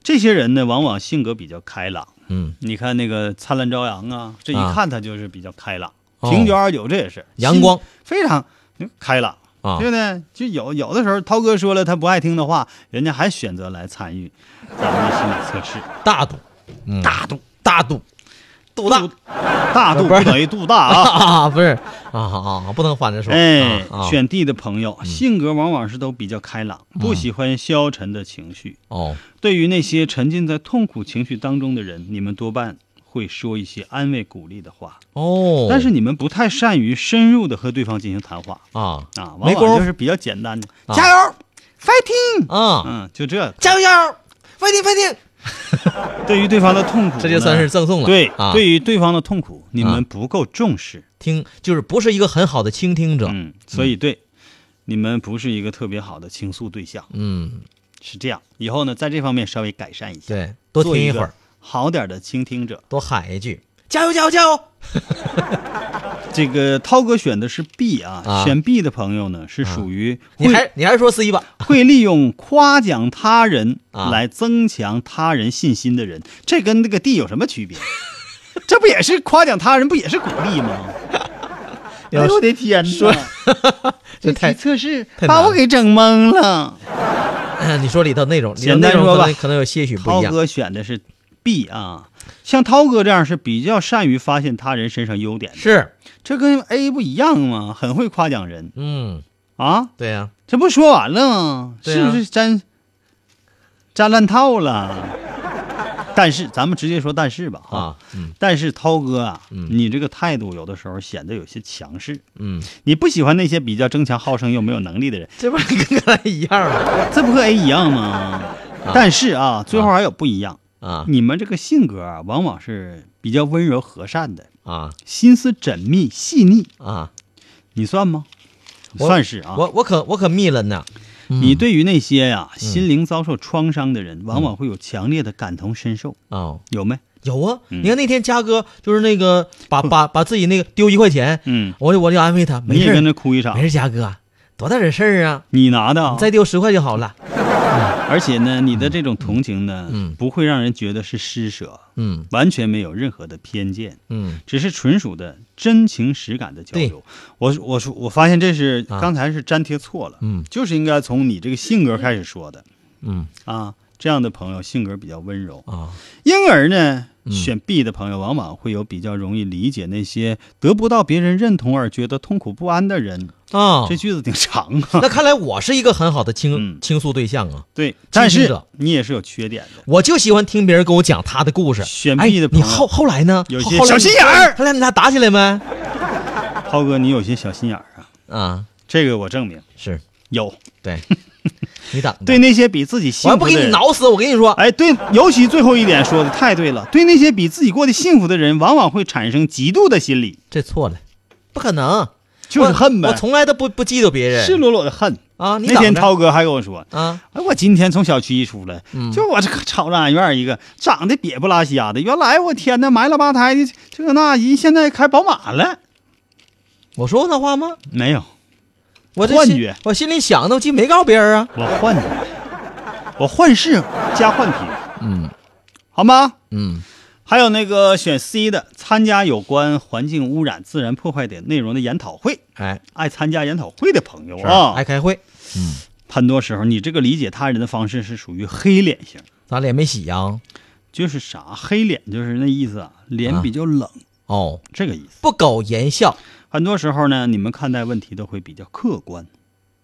Speaker 4: 这些人呢，往往性格比较开朗。
Speaker 5: 嗯，
Speaker 4: 你看那个灿烂朝阳啊，这一
Speaker 5: 啊
Speaker 4: 看他就是比较开朗。
Speaker 5: 哦
Speaker 4: 平九二九这也是
Speaker 5: 阳光，
Speaker 4: 心非常开朗，
Speaker 5: 啊
Speaker 4: 对不对？就有有的时候，涛哥说了他不爱听的话，人家还选择来参与咱们的心理测 试。
Speaker 5: 大度，嗯
Speaker 4: 大度，
Speaker 5: 大度，肚大
Speaker 4: 大度
Speaker 5: 不
Speaker 4: 不
Speaker 5: 是
Speaker 4: 等于肚大啊。
Speaker 5: 啊，不是啊啊，不能反着 说。
Speaker 4: 哎
Speaker 5: 啊，嗯啊
Speaker 4: 选 D 的朋友性格往往是都比较开朗，不喜欢消沉的情绪。
Speaker 5: 哦，
Speaker 4: 对于那些沉浸在痛苦情绪当中的人，你们多半会说一些安慰鼓励的话，
Speaker 5: 哦，
Speaker 4: 但是你们不太善于深入的和对方进行谈话
Speaker 5: 啊
Speaker 4: 啊，往
Speaker 5: 没功
Speaker 4: 往
Speaker 5: 夫
Speaker 4: 就是比较简单的
Speaker 5: 啊
Speaker 4: 加油，fighting，
Speaker 5: 啊，
Speaker 4: 嗯，就这。
Speaker 5: 加油加油，飞艇飞艇，
Speaker 4: 对于对方的痛苦呢，
Speaker 5: 这就算是赠送了。
Speaker 4: 对
Speaker 5: 啊，，
Speaker 4: 对于对方的痛苦，你
Speaker 5: 啊
Speaker 4: 们不够重视，
Speaker 5: 听就是不是一个很好的倾听者。
Speaker 4: 嗯，所以对，你们不是一个特别好的倾诉对象。
Speaker 5: 嗯，
Speaker 4: 是这样，以后呢，在这方面稍微改善一下，
Speaker 5: 对，多听
Speaker 4: 做一
Speaker 5: 会儿
Speaker 4: 个，好点的倾听者。
Speaker 5: 多喊一句，加油加油加油。
Speaker 4: 这个涛哥选的是 B 啊，
Speaker 5: 啊
Speaker 4: 选 B 的朋友呢是属于
Speaker 5: 你
Speaker 4: 会
Speaker 5: 还你还是说 C 吧？
Speaker 4: 会利用夸奖他人
Speaker 5: 啊
Speaker 4: 来增强他人信心的人，这跟那个 D 有什么区别？这不也是夸奖他人，不也是鼓励吗？哎呦我的天哪！
Speaker 5: 这
Speaker 4: 题
Speaker 5: 太
Speaker 4: 测试
Speaker 5: 太难
Speaker 4: 把我
Speaker 5: 了
Speaker 4: 给整懵了。
Speaker 5: 你说里头内容，里头
Speaker 4: 简单
Speaker 5: 内容
Speaker 4: 说
Speaker 5: 可
Speaker 4: 吧
Speaker 5: 能可能有些许不
Speaker 4: 涛
Speaker 5: 一样。
Speaker 4: 哥选的是 B 啊，像涛哥这样是比较善于发现他人身上优点的，
Speaker 5: 是，
Speaker 4: 这跟 A 不一样吗？很会夸奖人
Speaker 5: 嗯，
Speaker 4: 啊，
Speaker 5: 对呀、
Speaker 4: 这不说完了吗？
Speaker 5: 对
Speaker 4: 是
Speaker 5: 啊
Speaker 4: 不是沾沾烂套了？但是咱们直接说但是吧
Speaker 5: 啊，嗯
Speaker 4: 但是涛哥啊，
Speaker 5: 嗯
Speaker 4: 你这个态度有的时候显得有些强势，
Speaker 5: 嗯，
Speaker 4: 你不喜欢那些比较争强好胜又没有能力的人，
Speaker 5: 这不是 跟刚才一样吗？
Speaker 4: 这不和 A 一样 吗？但是啊，最后还有不一样，
Speaker 5: 啊
Speaker 4: 你们这个性格啊，往往是比较温柔和善的，
Speaker 5: 啊
Speaker 4: 心思缜密细腻，
Speaker 5: 啊！
Speaker 4: 你算吗？
Speaker 5: 我
Speaker 4: 算是啊，
Speaker 5: 我嗯我可我可密了呢。
Speaker 4: 你对于那些呀、心灵遭受创伤的
Speaker 5: 嗯
Speaker 4: 人，往往会有强烈的感同身受，
Speaker 5: 哦，
Speaker 4: 有没？
Speaker 5: 有啊，
Speaker 4: 嗯
Speaker 5: 你看那天嘉哥就是那个把把把自己那个丢一块钱，
Speaker 4: 嗯，
Speaker 5: 我就我就安慰他，
Speaker 4: 你
Speaker 5: 没
Speaker 4: 也
Speaker 5: 事
Speaker 4: 跟着
Speaker 5: 儿，
Speaker 4: 哭一场
Speaker 5: 没事，儿，嘉哥，多大点事儿啊，
Speaker 4: 你拿的啊
Speaker 5: 你，再丢十块就好了。
Speaker 4: 而且呢，你的这种同情呢，
Speaker 5: 嗯
Speaker 4: 不会让人觉得是施舍，
Speaker 5: 嗯
Speaker 4: 完全没有任何的偏见，
Speaker 5: 嗯
Speaker 4: 只是纯属的真情实感的交流。我我说我发现这是
Speaker 5: 啊
Speaker 4: 刚才是粘贴错了，
Speaker 5: 嗯
Speaker 4: 就是应该从你这个性格开始说的
Speaker 5: 嗯
Speaker 4: 啊。这样的朋友性格比较温柔，
Speaker 5: 啊
Speaker 4: 因而呢，
Speaker 5: 嗯
Speaker 4: 选 B 的朋友往往会有比较容易理解那些得不到别人认同而觉得痛苦不安的人。
Speaker 5: 啊
Speaker 4: 这！句子挺长啊，
Speaker 5: 那看来我是一个很好的倾
Speaker 4: 嗯
Speaker 5: 倾诉对象啊，
Speaker 4: 对，但
Speaker 5: 倾听
Speaker 4: 是
Speaker 5: 者
Speaker 4: 你也是有缺点的。
Speaker 5: 我就喜欢听别人跟我讲他的故事。
Speaker 4: 选
Speaker 5: 哎
Speaker 4: B 的朋
Speaker 5: 你
Speaker 4: 友
Speaker 5: 后后来呢？
Speaker 4: 有
Speaker 5: 后
Speaker 4: 些
Speaker 5: 后来
Speaker 4: 小
Speaker 5: 你
Speaker 4: 心眼儿
Speaker 5: 后来你俩打起来没？
Speaker 4: 涛哥，你有些小心眼儿啊，
Speaker 5: 啊，
Speaker 4: 这个我证明
Speaker 5: 是
Speaker 4: 有。
Speaker 5: 对，你等着
Speaker 4: 对，那些比自己
Speaker 5: 嗯我
Speaker 4: 幸
Speaker 5: 要
Speaker 4: 福
Speaker 5: 不
Speaker 4: 的
Speaker 5: 给
Speaker 4: 人，
Speaker 5: 你挠死，我跟你说，
Speaker 4: 哎，对，尤其最后一点说的太对了。对那些比自己过得幸福的人，往往会产生嫉妒的心理，
Speaker 5: 这错了，不可能，
Speaker 4: 就是恨
Speaker 5: 我
Speaker 4: 呗
Speaker 5: 我，从来都不不嫉妒别人，
Speaker 4: 赤裸裸的恨。
Speaker 5: 啊，你
Speaker 4: 那天
Speaker 5: 等着
Speaker 4: 涛哥还跟我说，
Speaker 5: 啊，
Speaker 4: 哎，我今天从小区一出来，
Speaker 5: 嗯
Speaker 4: 就我这个 吵嚷院一个长得瘪不拉瞎的，原来我天呐，埋了吧台的这个那人，现在开宝马了，
Speaker 5: 我说过那话吗？
Speaker 4: 没有，
Speaker 5: 我这
Speaker 4: 幻
Speaker 5: 心
Speaker 4: 觉
Speaker 5: 我心里想的，我记没告诉别人啊，
Speaker 4: 我换的，我幻视加幻听，嗯，好吗？
Speaker 5: 嗯
Speaker 4: 还有那个选 C 的，参加有关环境污染、自然破坏等内容的研讨会，
Speaker 5: 哎，
Speaker 4: 爱参加研讨会的朋友
Speaker 5: 是
Speaker 4: 啊，
Speaker 5: 爱开会，
Speaker 4: 很多时候你这个理解他人的方式是属于黑脸型，
Speaker 5: 咱脸没洗呀，
Speaker 4: 就是啥黑脸，就是那意思啊，脸比较冷，
Speaker 5: 哦，
Speaker 4: 这个意思。
Speaker 5: 不苟言笑，
Speaker 4: 很多时候呢，你们看待问题都会比较客观，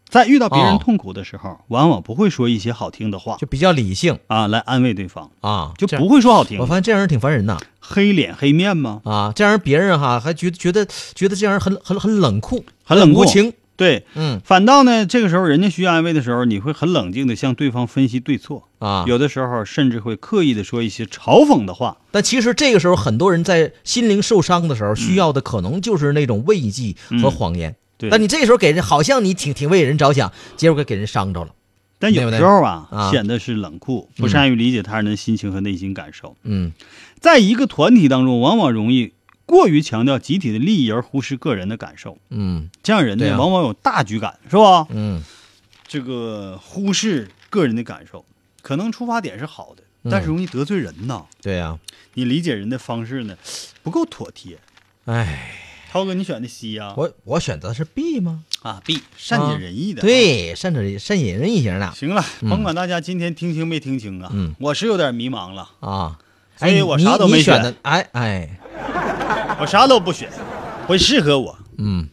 Speaker 4: 在遇到别人
Speaker 5: 哦
Speaker 4: 痛苦的时候，往往不会说一些好听的话
Speaker 5: 就比较理性
Speaker 4: 啊来安慰对方，
Speaker 5: 啊，
Speaker 4: 就
Speaker 5: 这
Speaker 4: 不会说好听
Speaker 5: 我，发现这样人挺烦人呐
Speaker 4: 黑脸黑面吗？
Speaker 5: 啊，这样人别人哈还觉得觉得觉得这样人很很很冷酷，
Speaker 4: 很冷酷
Speaker 5: 无情，
Speaker 4: 对，
Speaker 5: 嗯
Speaker 4: 反倒呢，这个时候人家需要安慰的时候，你会很冷静的向对方分析对错，
Speaker 5: 啊。
Speaker 4: 有的时候甚至会刻意的说一些嘲讽的话。
Speaker 5: 但其实这个时候，很多人在心灵受伤的时候，需要的可能就是那种慰藉和谎言。
Speaker 4: 嗯对，
Speaker 5: 但你这时候给人好像你挺挺为人着想，结果给给人伤着了。
Speaker 4: 但有时候啊，
Speaker 5: 对不对啊
Speaker 4: 显得是冷酷，不善于理解他人的心情和内心感受。
Speaker 5: 嗯，
Speaker 4: 在一个团体当中，往往容易过于强调集体的利益而忽视个人的感受。
Speaker 5: 嗯
Speaker 4: 这样人呢，
Speaker 5: 对啊
Speaker 4: 往往有大局感，是吧？
Speaker 5: 嗯，
Speaker 4: 这个忽视个人的感受，可能出发点是好的，
Speaker 5: 嗯
Speaker 4: 但是容易得罪人呐。
Speaker 5: 对啊呀、
Speaker 4: 你理解人的方式呢，不够妥帖。
Speaker 5: 哎，
Speaker 4: 涛哥，你选的 C 呀、
Speaker 5: 我我选择的是 B 吗？
Speaker 4: 啊，B 善解人意的。，
Speaker 5: 对，善者善引人一型的
Speaker 4: 行了，甭管大家今天听清没听清啊，
Speaker 5: 嗯
Speaker 4: 我是有点迷茫了，
Speaker 5: 啊。
Speaker 4: 所以
Speaker 5: 哎
Speaker 4: 我
Speaker 5: 你
Speaker 4: 啥都没
Speaker 5: 你选
Speaker 4: 选
Speaker 5: 的，哎哎，
Speaker 4: 我啥都不选，不适合我。
Speaker 5: 嗯，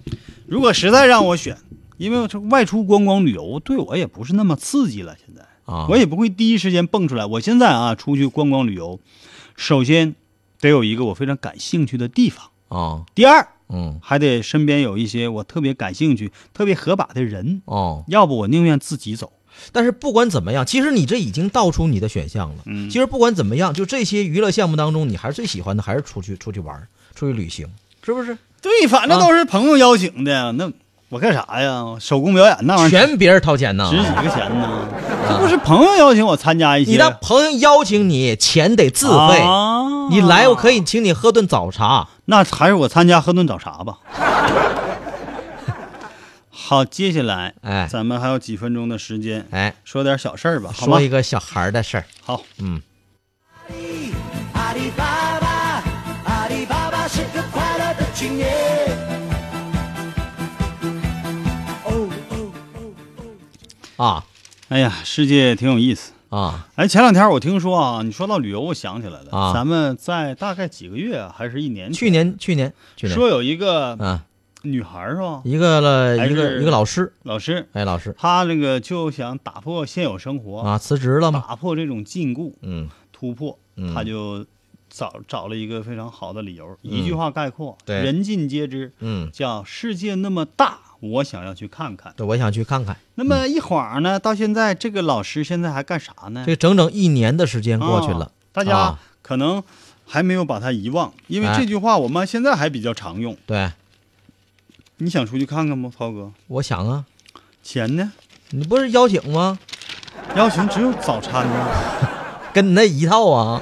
Speaker 4: 如果实在让我选，因为我这外出观光旅游对我也不是那么刺激了，现在
Speaker 5: 啊
Speaker 4: 我也不会第一时间蹦出来。我现在啊，出去观光旅游，首先得有一个我非常感兴趣的地方，
Speaker 5: 哦
Speaker 4: 第二
Speaker 5: 嗯
Speaker 4: 还得身边有一些我特别感兴趣、特别合把的人，
Speaker 5: 哦，
Speaker 4: 要不我宁愿自己走。
Speaker 5: 但是不管怎么样，其实你这已经道出你的选项了。
Speaker 4: 嗯
Speaker 5: 其实不管怎么样，就这些娱乐项目当中，你还是最喜欢的还是出去出去玩儿，出去旅行，是不是？
Speaker 4: 对，反正都是朋友邀请的，啊那我干啥呀？手工表演那玩意儿
Speaker 5: 全别人掏钱呢
Speaker 4: 值。几个钱呢？这不是朋友邀请我参加一些，
Speaker 5: 你的朋友邀请你，钱得自费。
Speaker 4: 啊
Speaker 5: 你来，我可以请你喝顿早茶。
Speaker 4: 那还是我参加喝顿早茶吧。 好，接下来，
Speaker 5: 哎
Speaker 4: 咱们还有几分钟的时间，
Speaker 5: 哎，
Speaker 4: 说点小事儿吧，好吗
Speaker 5: 说一？个小孩儿的事儿。
Speaker 4: 好，
Speaker 5: 嗯，
Speaker 1: 阿里巴巴，阿里巴巴是个快乐的青年。哦哦哦哦。
Speaker 5: 啊
Speaker 4: 哎呀，世界挺有意思。
Speaker 5: 啊
Speaker 4: 哎，前两天我听说啊，你说到旅游，我想起来了，
Speaker 5: 啊
Speaker 4: 咱们在大概几个月啊还是一年
Speaker 5: 去年去年去年
Speaker 4: 说有一个
Speaker 5: 啊，
Speaker 4: 女孩儿是吧？
Speaker 5: 一个了
Speaker 4: 还是
Speaker 5: 一个一个老师，
Speaker 4: 老师，
Speaker 5: 哎，老师
Speaker 4: 她那个就想打破现有生活，
Speaker 5: 啊，辞职了吗？
Speaker 4: 打破这种禁锢，
Speaker 5: 嗯，
Speaker 4: 突破，
Speaker 5: 嗯
Speaker 4: 他就找找了一个非常好的理由，一句话概括，
Speaker 5: 对
Speaker 4: 人尽皆知，
Speaker 5: 嗯，
Speaker 4: 叫世界那么大，我想要去看看。
Speaker 5: 对，我想去看看。
Speaker 4: 那么
Speaker 5: 嗯
Speaker 4: 一晃呢，到现在这个老师现在还干啥呢？
Speaker 5: 这整整一年的时间过去
Speaker 4: 啊
Speaker 5: 了，
Speaker 4: 大家
Speaker 5: 啊
Speaker 4: 可能还没有把他遗忘，因为
Speaker 5: 哎
Speaker 4: 这句话我们现在还比较常用。
Speaker 5: 对，
Speaker 4: 你想出去看看吗，涛哥？
Speaker 5: 我想啊，
Speaker 4: 钱呢？
Speaker 5: 你不是邀请吗？
Speaker 4: 邀请只有早餐呢，
Speaker 5: 跟你那一套啊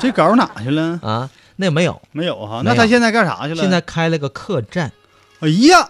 Speaker 4: 这稿哪去了？
Speaker 5: 啊，那没有，
Speaker 4: 没有哈、
Speaker 5: 没
Speaker 4: 那
Speaker 5: 有
Speaker 4: 他现在干啥去了？
Speaker 5: 现在，开了个客栈，
Speaker 4: 哎呀，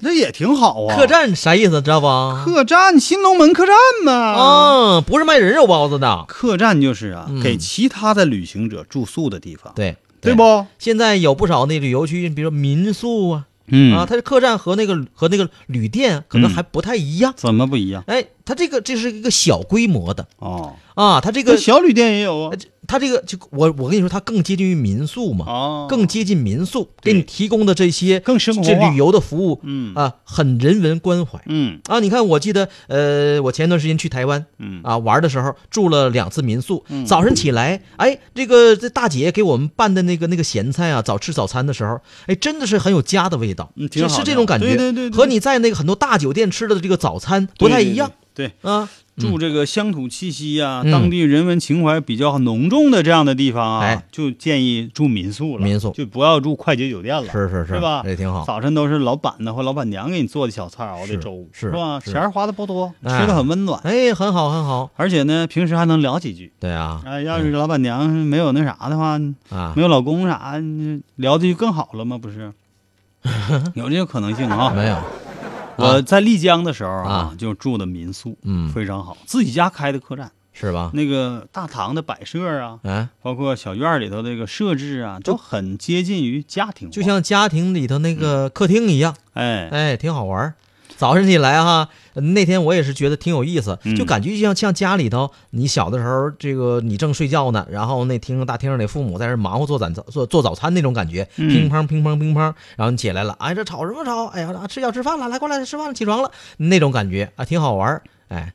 Speaker 4: 这也挺好啊。
Speaker 5: 客栈啥意思知道不？
Speaker 4: 客栈，新龙门客栈嘛。
Speaker 5: 啊，不是卖人肉包子的，
Speaker 4: 客栈就是啊，
Speaker 5: 嗯
Speaker 4: 给其他的旅行者住宿的地方，
Speaker 5: 对
Speaker 4: 对？不？
Speaker 5: 现在有不少那旅游区，比如说民宿啊，
Speaker 4: 嗯
Speaker 5: 啊，它的客栈和那个和那个旅店可能还不太一样。
Speaker 4: 怎么不一样？
Speaker 5: 哎，它这个这是一个小规模的
Speaker 4: 哦，
Speaker 5: 啊，它这
Speaker 4: 这
Speaker 5: 个
Speaker 4: 小旅店也有啊
Speaker 5: 呃。这它这个就我我跟你说，它更接近于民宿嘛，
Speaker 4: 哦，
Speaker 5: 更接近民宿给
Speaker 4: 对
Speaker 5: 你提供的这些
Speaker 4: 更生活
Speaker 5: 这
Speaker 4: 化
Speaker 5: 旅游的服务
Speaker 4: 嗯
Speaker 5: 啊，很人文关怀。
Speaker 4: 嗯
Speaker 5: 啊，你看，我记得，呃，我前一段时间去台湾，
Speaker 4: 嗯
Speaker 5: 啊，玩的时候住了两次民宿。早晨起来，哎，这个这大姐给我们拌的那个那个咸菜啊，早吃早餐的时候，哎，真的是很有家的味道，
Speaker 4: 嗯挺
Speaker 5: 是
Speaker 4: 好
Speaker 5: 是
Speaker 4: 的
Speaker 5: 这种感觉，
Speaker 4: 对对对对
Speaker 5: 和你在那个很多大酒店吃的这个早餐不
Speaker 4: 对
Speaker 5: 太
Speaker 4: 对
Speaker 5: 一样
Speaker 4: 对。对
Speaker 5: 啊。
Speaker 4: 住这个乡土气息啊，
Speaker 5: 嗯
Speaker 4: 当地人文情怀比较浓重的这样的地方啊
Speaker 5: 哎，
Speaker 4: 就建议住民宿了，
Speaker 5: 民宿
Speaker 4: 就不要住快捷酒店了，
Speaker 5: 是是
Speaker 4: 是，
Speaker 5: 是
Speaker 4: 吧？
Speaker 5: 这挺好
Speaker 4: 早晨都是老板呢或老板娘给你做的小菜熬的粥，
Speaker 5: 是是
Speaker 4: 吧？
Speaker 5: 是
Speaker 4: 钱儿花的不多，吃
Speaker 5: 哎
Speaker 4: 的很温暖，
Speaker 5: 哎，很好很好，
Speaker 4: 而且呢，平时还能聊几句。
Speaker 5: 对啊，
Speaker 4: 哎，要是老板娘没有那啥的话，
Speaker 5: 啊
Speaker 4: 没，有老公啥，你聊的就更好了吗？不 是，有这个可能性啊。
Speaker 5: 没有，
Speaker 4: 我在丽江的时候啊
Speaker 5: 啊，
Speaker 4: 就住的民宿，
Speaker 5: 嗯啊
Speaker 4: 非常好，自己家开的客栈，
Speaker 5: 是吧？
Speaker 4: 那个大堂的摆设啊，
Speaker 5: 哎，
Speaker 4: 包括小院里头这个设置啊，都很接近于家庭化，嗯
Speaker 5: 就像家庭里头那个客厅一样，
Speaker 4: 哎，
Speaker 5: 哎，挺好玩儿。早上起来哈，那天我也是觉得挺有意思，
Speaker 4: 嗯
Speaker 5: 就感觉就像像家里头，你小的时候，这个你正睡觉呢，然后那听着大厅里父母在这忙活做早做做早餐那种感觉，
Speaker 4: 嗯
Speaker 5: 乒乓乒乓乒乓，然后你起来了，哎，这吵什么吵？哎呀，吃要吃饭了，来过来吃饭了，起床了，那种感觉啊，挺好玩儿哎，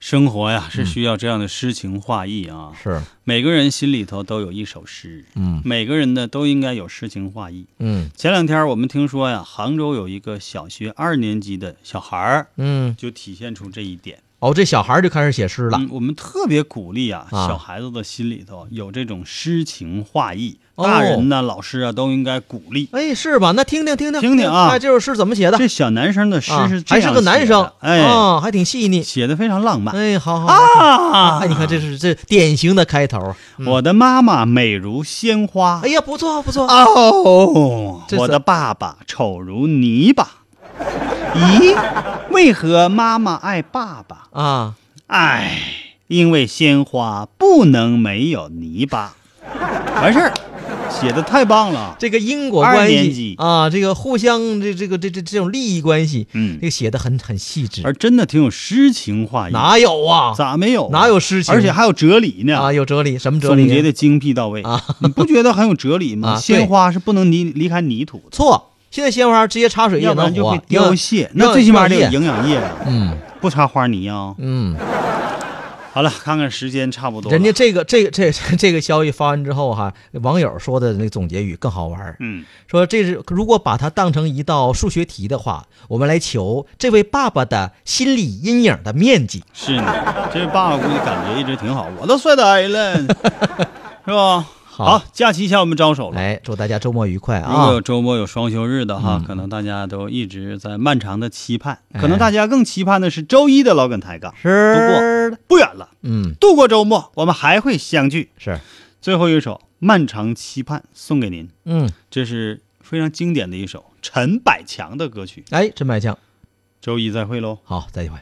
Speaker 4: 生活呀
Speaker 5: 嗯
Speaker 4: 是需要这样的诗情画意啊。
Speaker 5: 是，
Speaker 4: 每个人心里头都有一首诗，
Speaker 5: 嗯
Speaker 4: 每个人呢都应该有诗情画意。
Speaker 5: 嗯
Speaker 4: 前两天我们听说呀，杭州有一个小学二年级的小孩儿，
Speaker 5: 嗯，
Speaker 4: 就体现出这一点。
Speaker 5: 哦，这小孩儿就开始写诗了，
Speaker 4: 嗯，我们特别鼓励啊，
Speaker 5: 啊
Speaker 4: 小孩子的心里头有这种诗情画意，
Speaker 5: 哦
Speaker 4: 大人呢、老师啊都应该鼓励。
Speaker 5: 哎，是吧？那听听听听
Speaker 4: 听听啊
Speaker 5: 哎，这首诗怎么写的？
Speaker 4: 这小男生的诗
Speaker 5: 啊
Speaker 4: 是这
Speaker 5: 还
Speaker 4: 样
Speaker 5: 是个男生
Speaker 4: 写的，哎，
Speaker 5: 啊，还挺细腻，
Speaker 4: 写的非常浪漫
Speaker 5: 哎，好好好
Speaker 4: 啊
Speaker 5: 啊，你看这是这典型的开头。嗯
Speaker 4: 我的妈妈美如鲜花
Speaker 5: 哎，呀，不错不错，
Speaker 4: 啊哦，
Speaker 5: 这是
Speaker 4: 我的爸爸丑如泥巴。咦，为何妈妈爱爸爸？
Speaker 5: 啊，
Speaker 4: 唉，因为鲜花不能没有泥巴。完事儿，写的太棒了。
Speaker 5: 这个因果
Speaker 4: 二
Speaker 5: 关
Speaker 4: 年
Speaker 5: 系
Speaker 4: 级
Speaker 5: 啊，这个互相这这个这这这种利益关系，
Speaker 4: 嗯
Speaker 5: 这个写的很很细致。
Speaker 4: 而真的挺有诗情画意，
Speaker 5: 哪有啊？
Speaker 4: 咋没有啊？
Speaker 5: 哪有诗情
Speaker 4: 而且还有哲理呢。
Speaker 5: 啊，有哲理，什么哲
Speaker 4: 总结
Speaker 5: 理？
Speaker 4: 的精辟到位
Speaker 5: 啊，
Speaker 4: 你不觉得很有哲理吗？
Speaker 5: 啊对
Speaker 4: 鲜花是不能离离开泥土的，
Speaker 5: 错，现在鲜花直接插水也
Speaker 4: 要不然
Speaker 5: 能
Speaker 4: 就
Speaker 5: 活
Speaker 4: 会，凋谢。那
Speaker 5: 要
Speaker 4: 最起码得
Speaker 5: 要
Speaker 4: 有
Speaker 5: 叶
Speaker 4: 营养液啊。
Speaker 5: 嗯
Speaker 4: 不插花泥啊、
Speaker 5: 嗯，
Speaker 4: 好了，看看时间差不多了。
Speaker 5: 人家这个这个这 个这个消息发完之后哈，网友说的那个总结语更好玩儿
Speaker 4: 嗯，
Speaker 5: 说这是如果把它当成一道数学题的话，我们来求这位爸爸的心理阴影的面积。
Speaker 4: 是呢，这爸爸估计感觉一直挺好，我都帅呆了， 是吧？
Speaker 5: 好
Speaker 4: 假期向我们招手了。
Speaker 5: 哎，祝嗯大家周末愉快
Speaker 4: 如果
Speaker 5: 啊
Speaker 4: 有！周末有双休日的哈，可能大家都一直在漫长的期盼，
Speaker 5: 哎
Speaker 4: 可能大家更期盼的是周一的老梗抬杠。
Speaker 5: 是
Speaker 4: 不过不远了，
Speaker 5: 嗯，
Speaker 4: 度过周末，我们还会相聚。
Speaker 5: 是，
Speaker 4: 最后一首《漫长期盼》送给您，
Speaker 5: 嗯，
Speaker 4: 这是非常经典的一首陈百强的歌曲。
Speaker 5: 哎，真白将，
Speaker 4: 周一再会喽。
Speaker 5: 好，再见。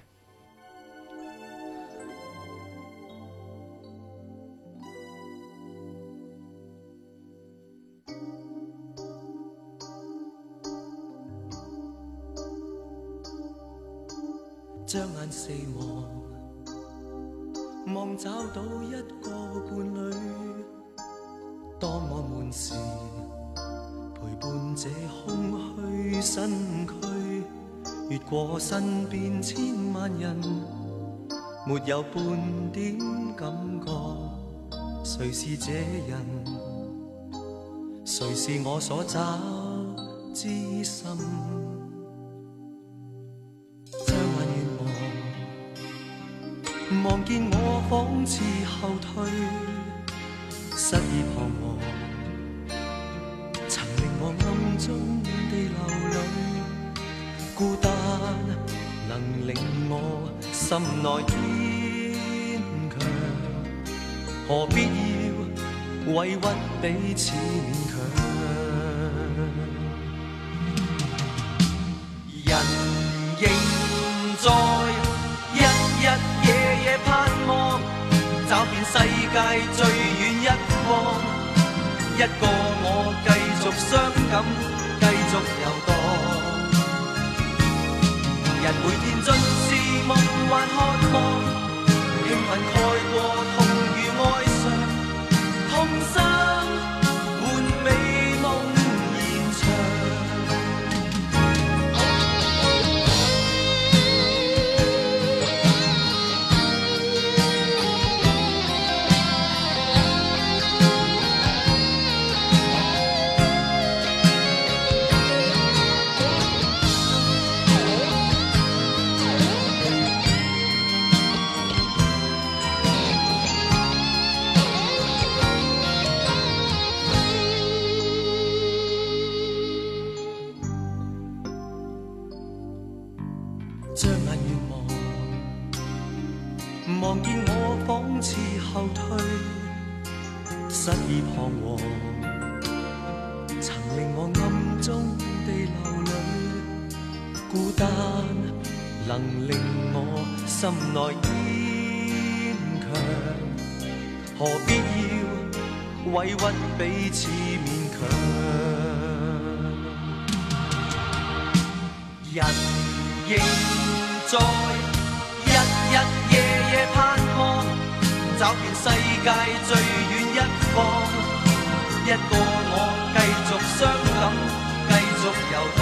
Speaker 1: 张眼四望，望找到一个伴侣。当我闷时，陪伴这空虚身躯，越过身边千万人，没有半点感觉。谁是这人？谁是我所找之心？张眼遠望，望見我仿似後退，失意彷徨，曾令我暗中地流淚。孤單能令我心內堅強，何必要委屈彼此勉強？人仍在，日日夜夜盼望，找遍世界最遠一方，一個我繼續傷感，繼續遊蕩。人每天盡是夢幻渴望，興奮蓋過痛與哀傷，痛心換美夢延長。張眼遠望，望見我仿似後退，失意彷徨，曾令我暗中地流淚。孤單能令我心內堅強，何必要委屈彼此勉強？人。仍在日日夜夜盼望，找遍世界最遠一方，一個我繼續傷感，繼續遊蕩。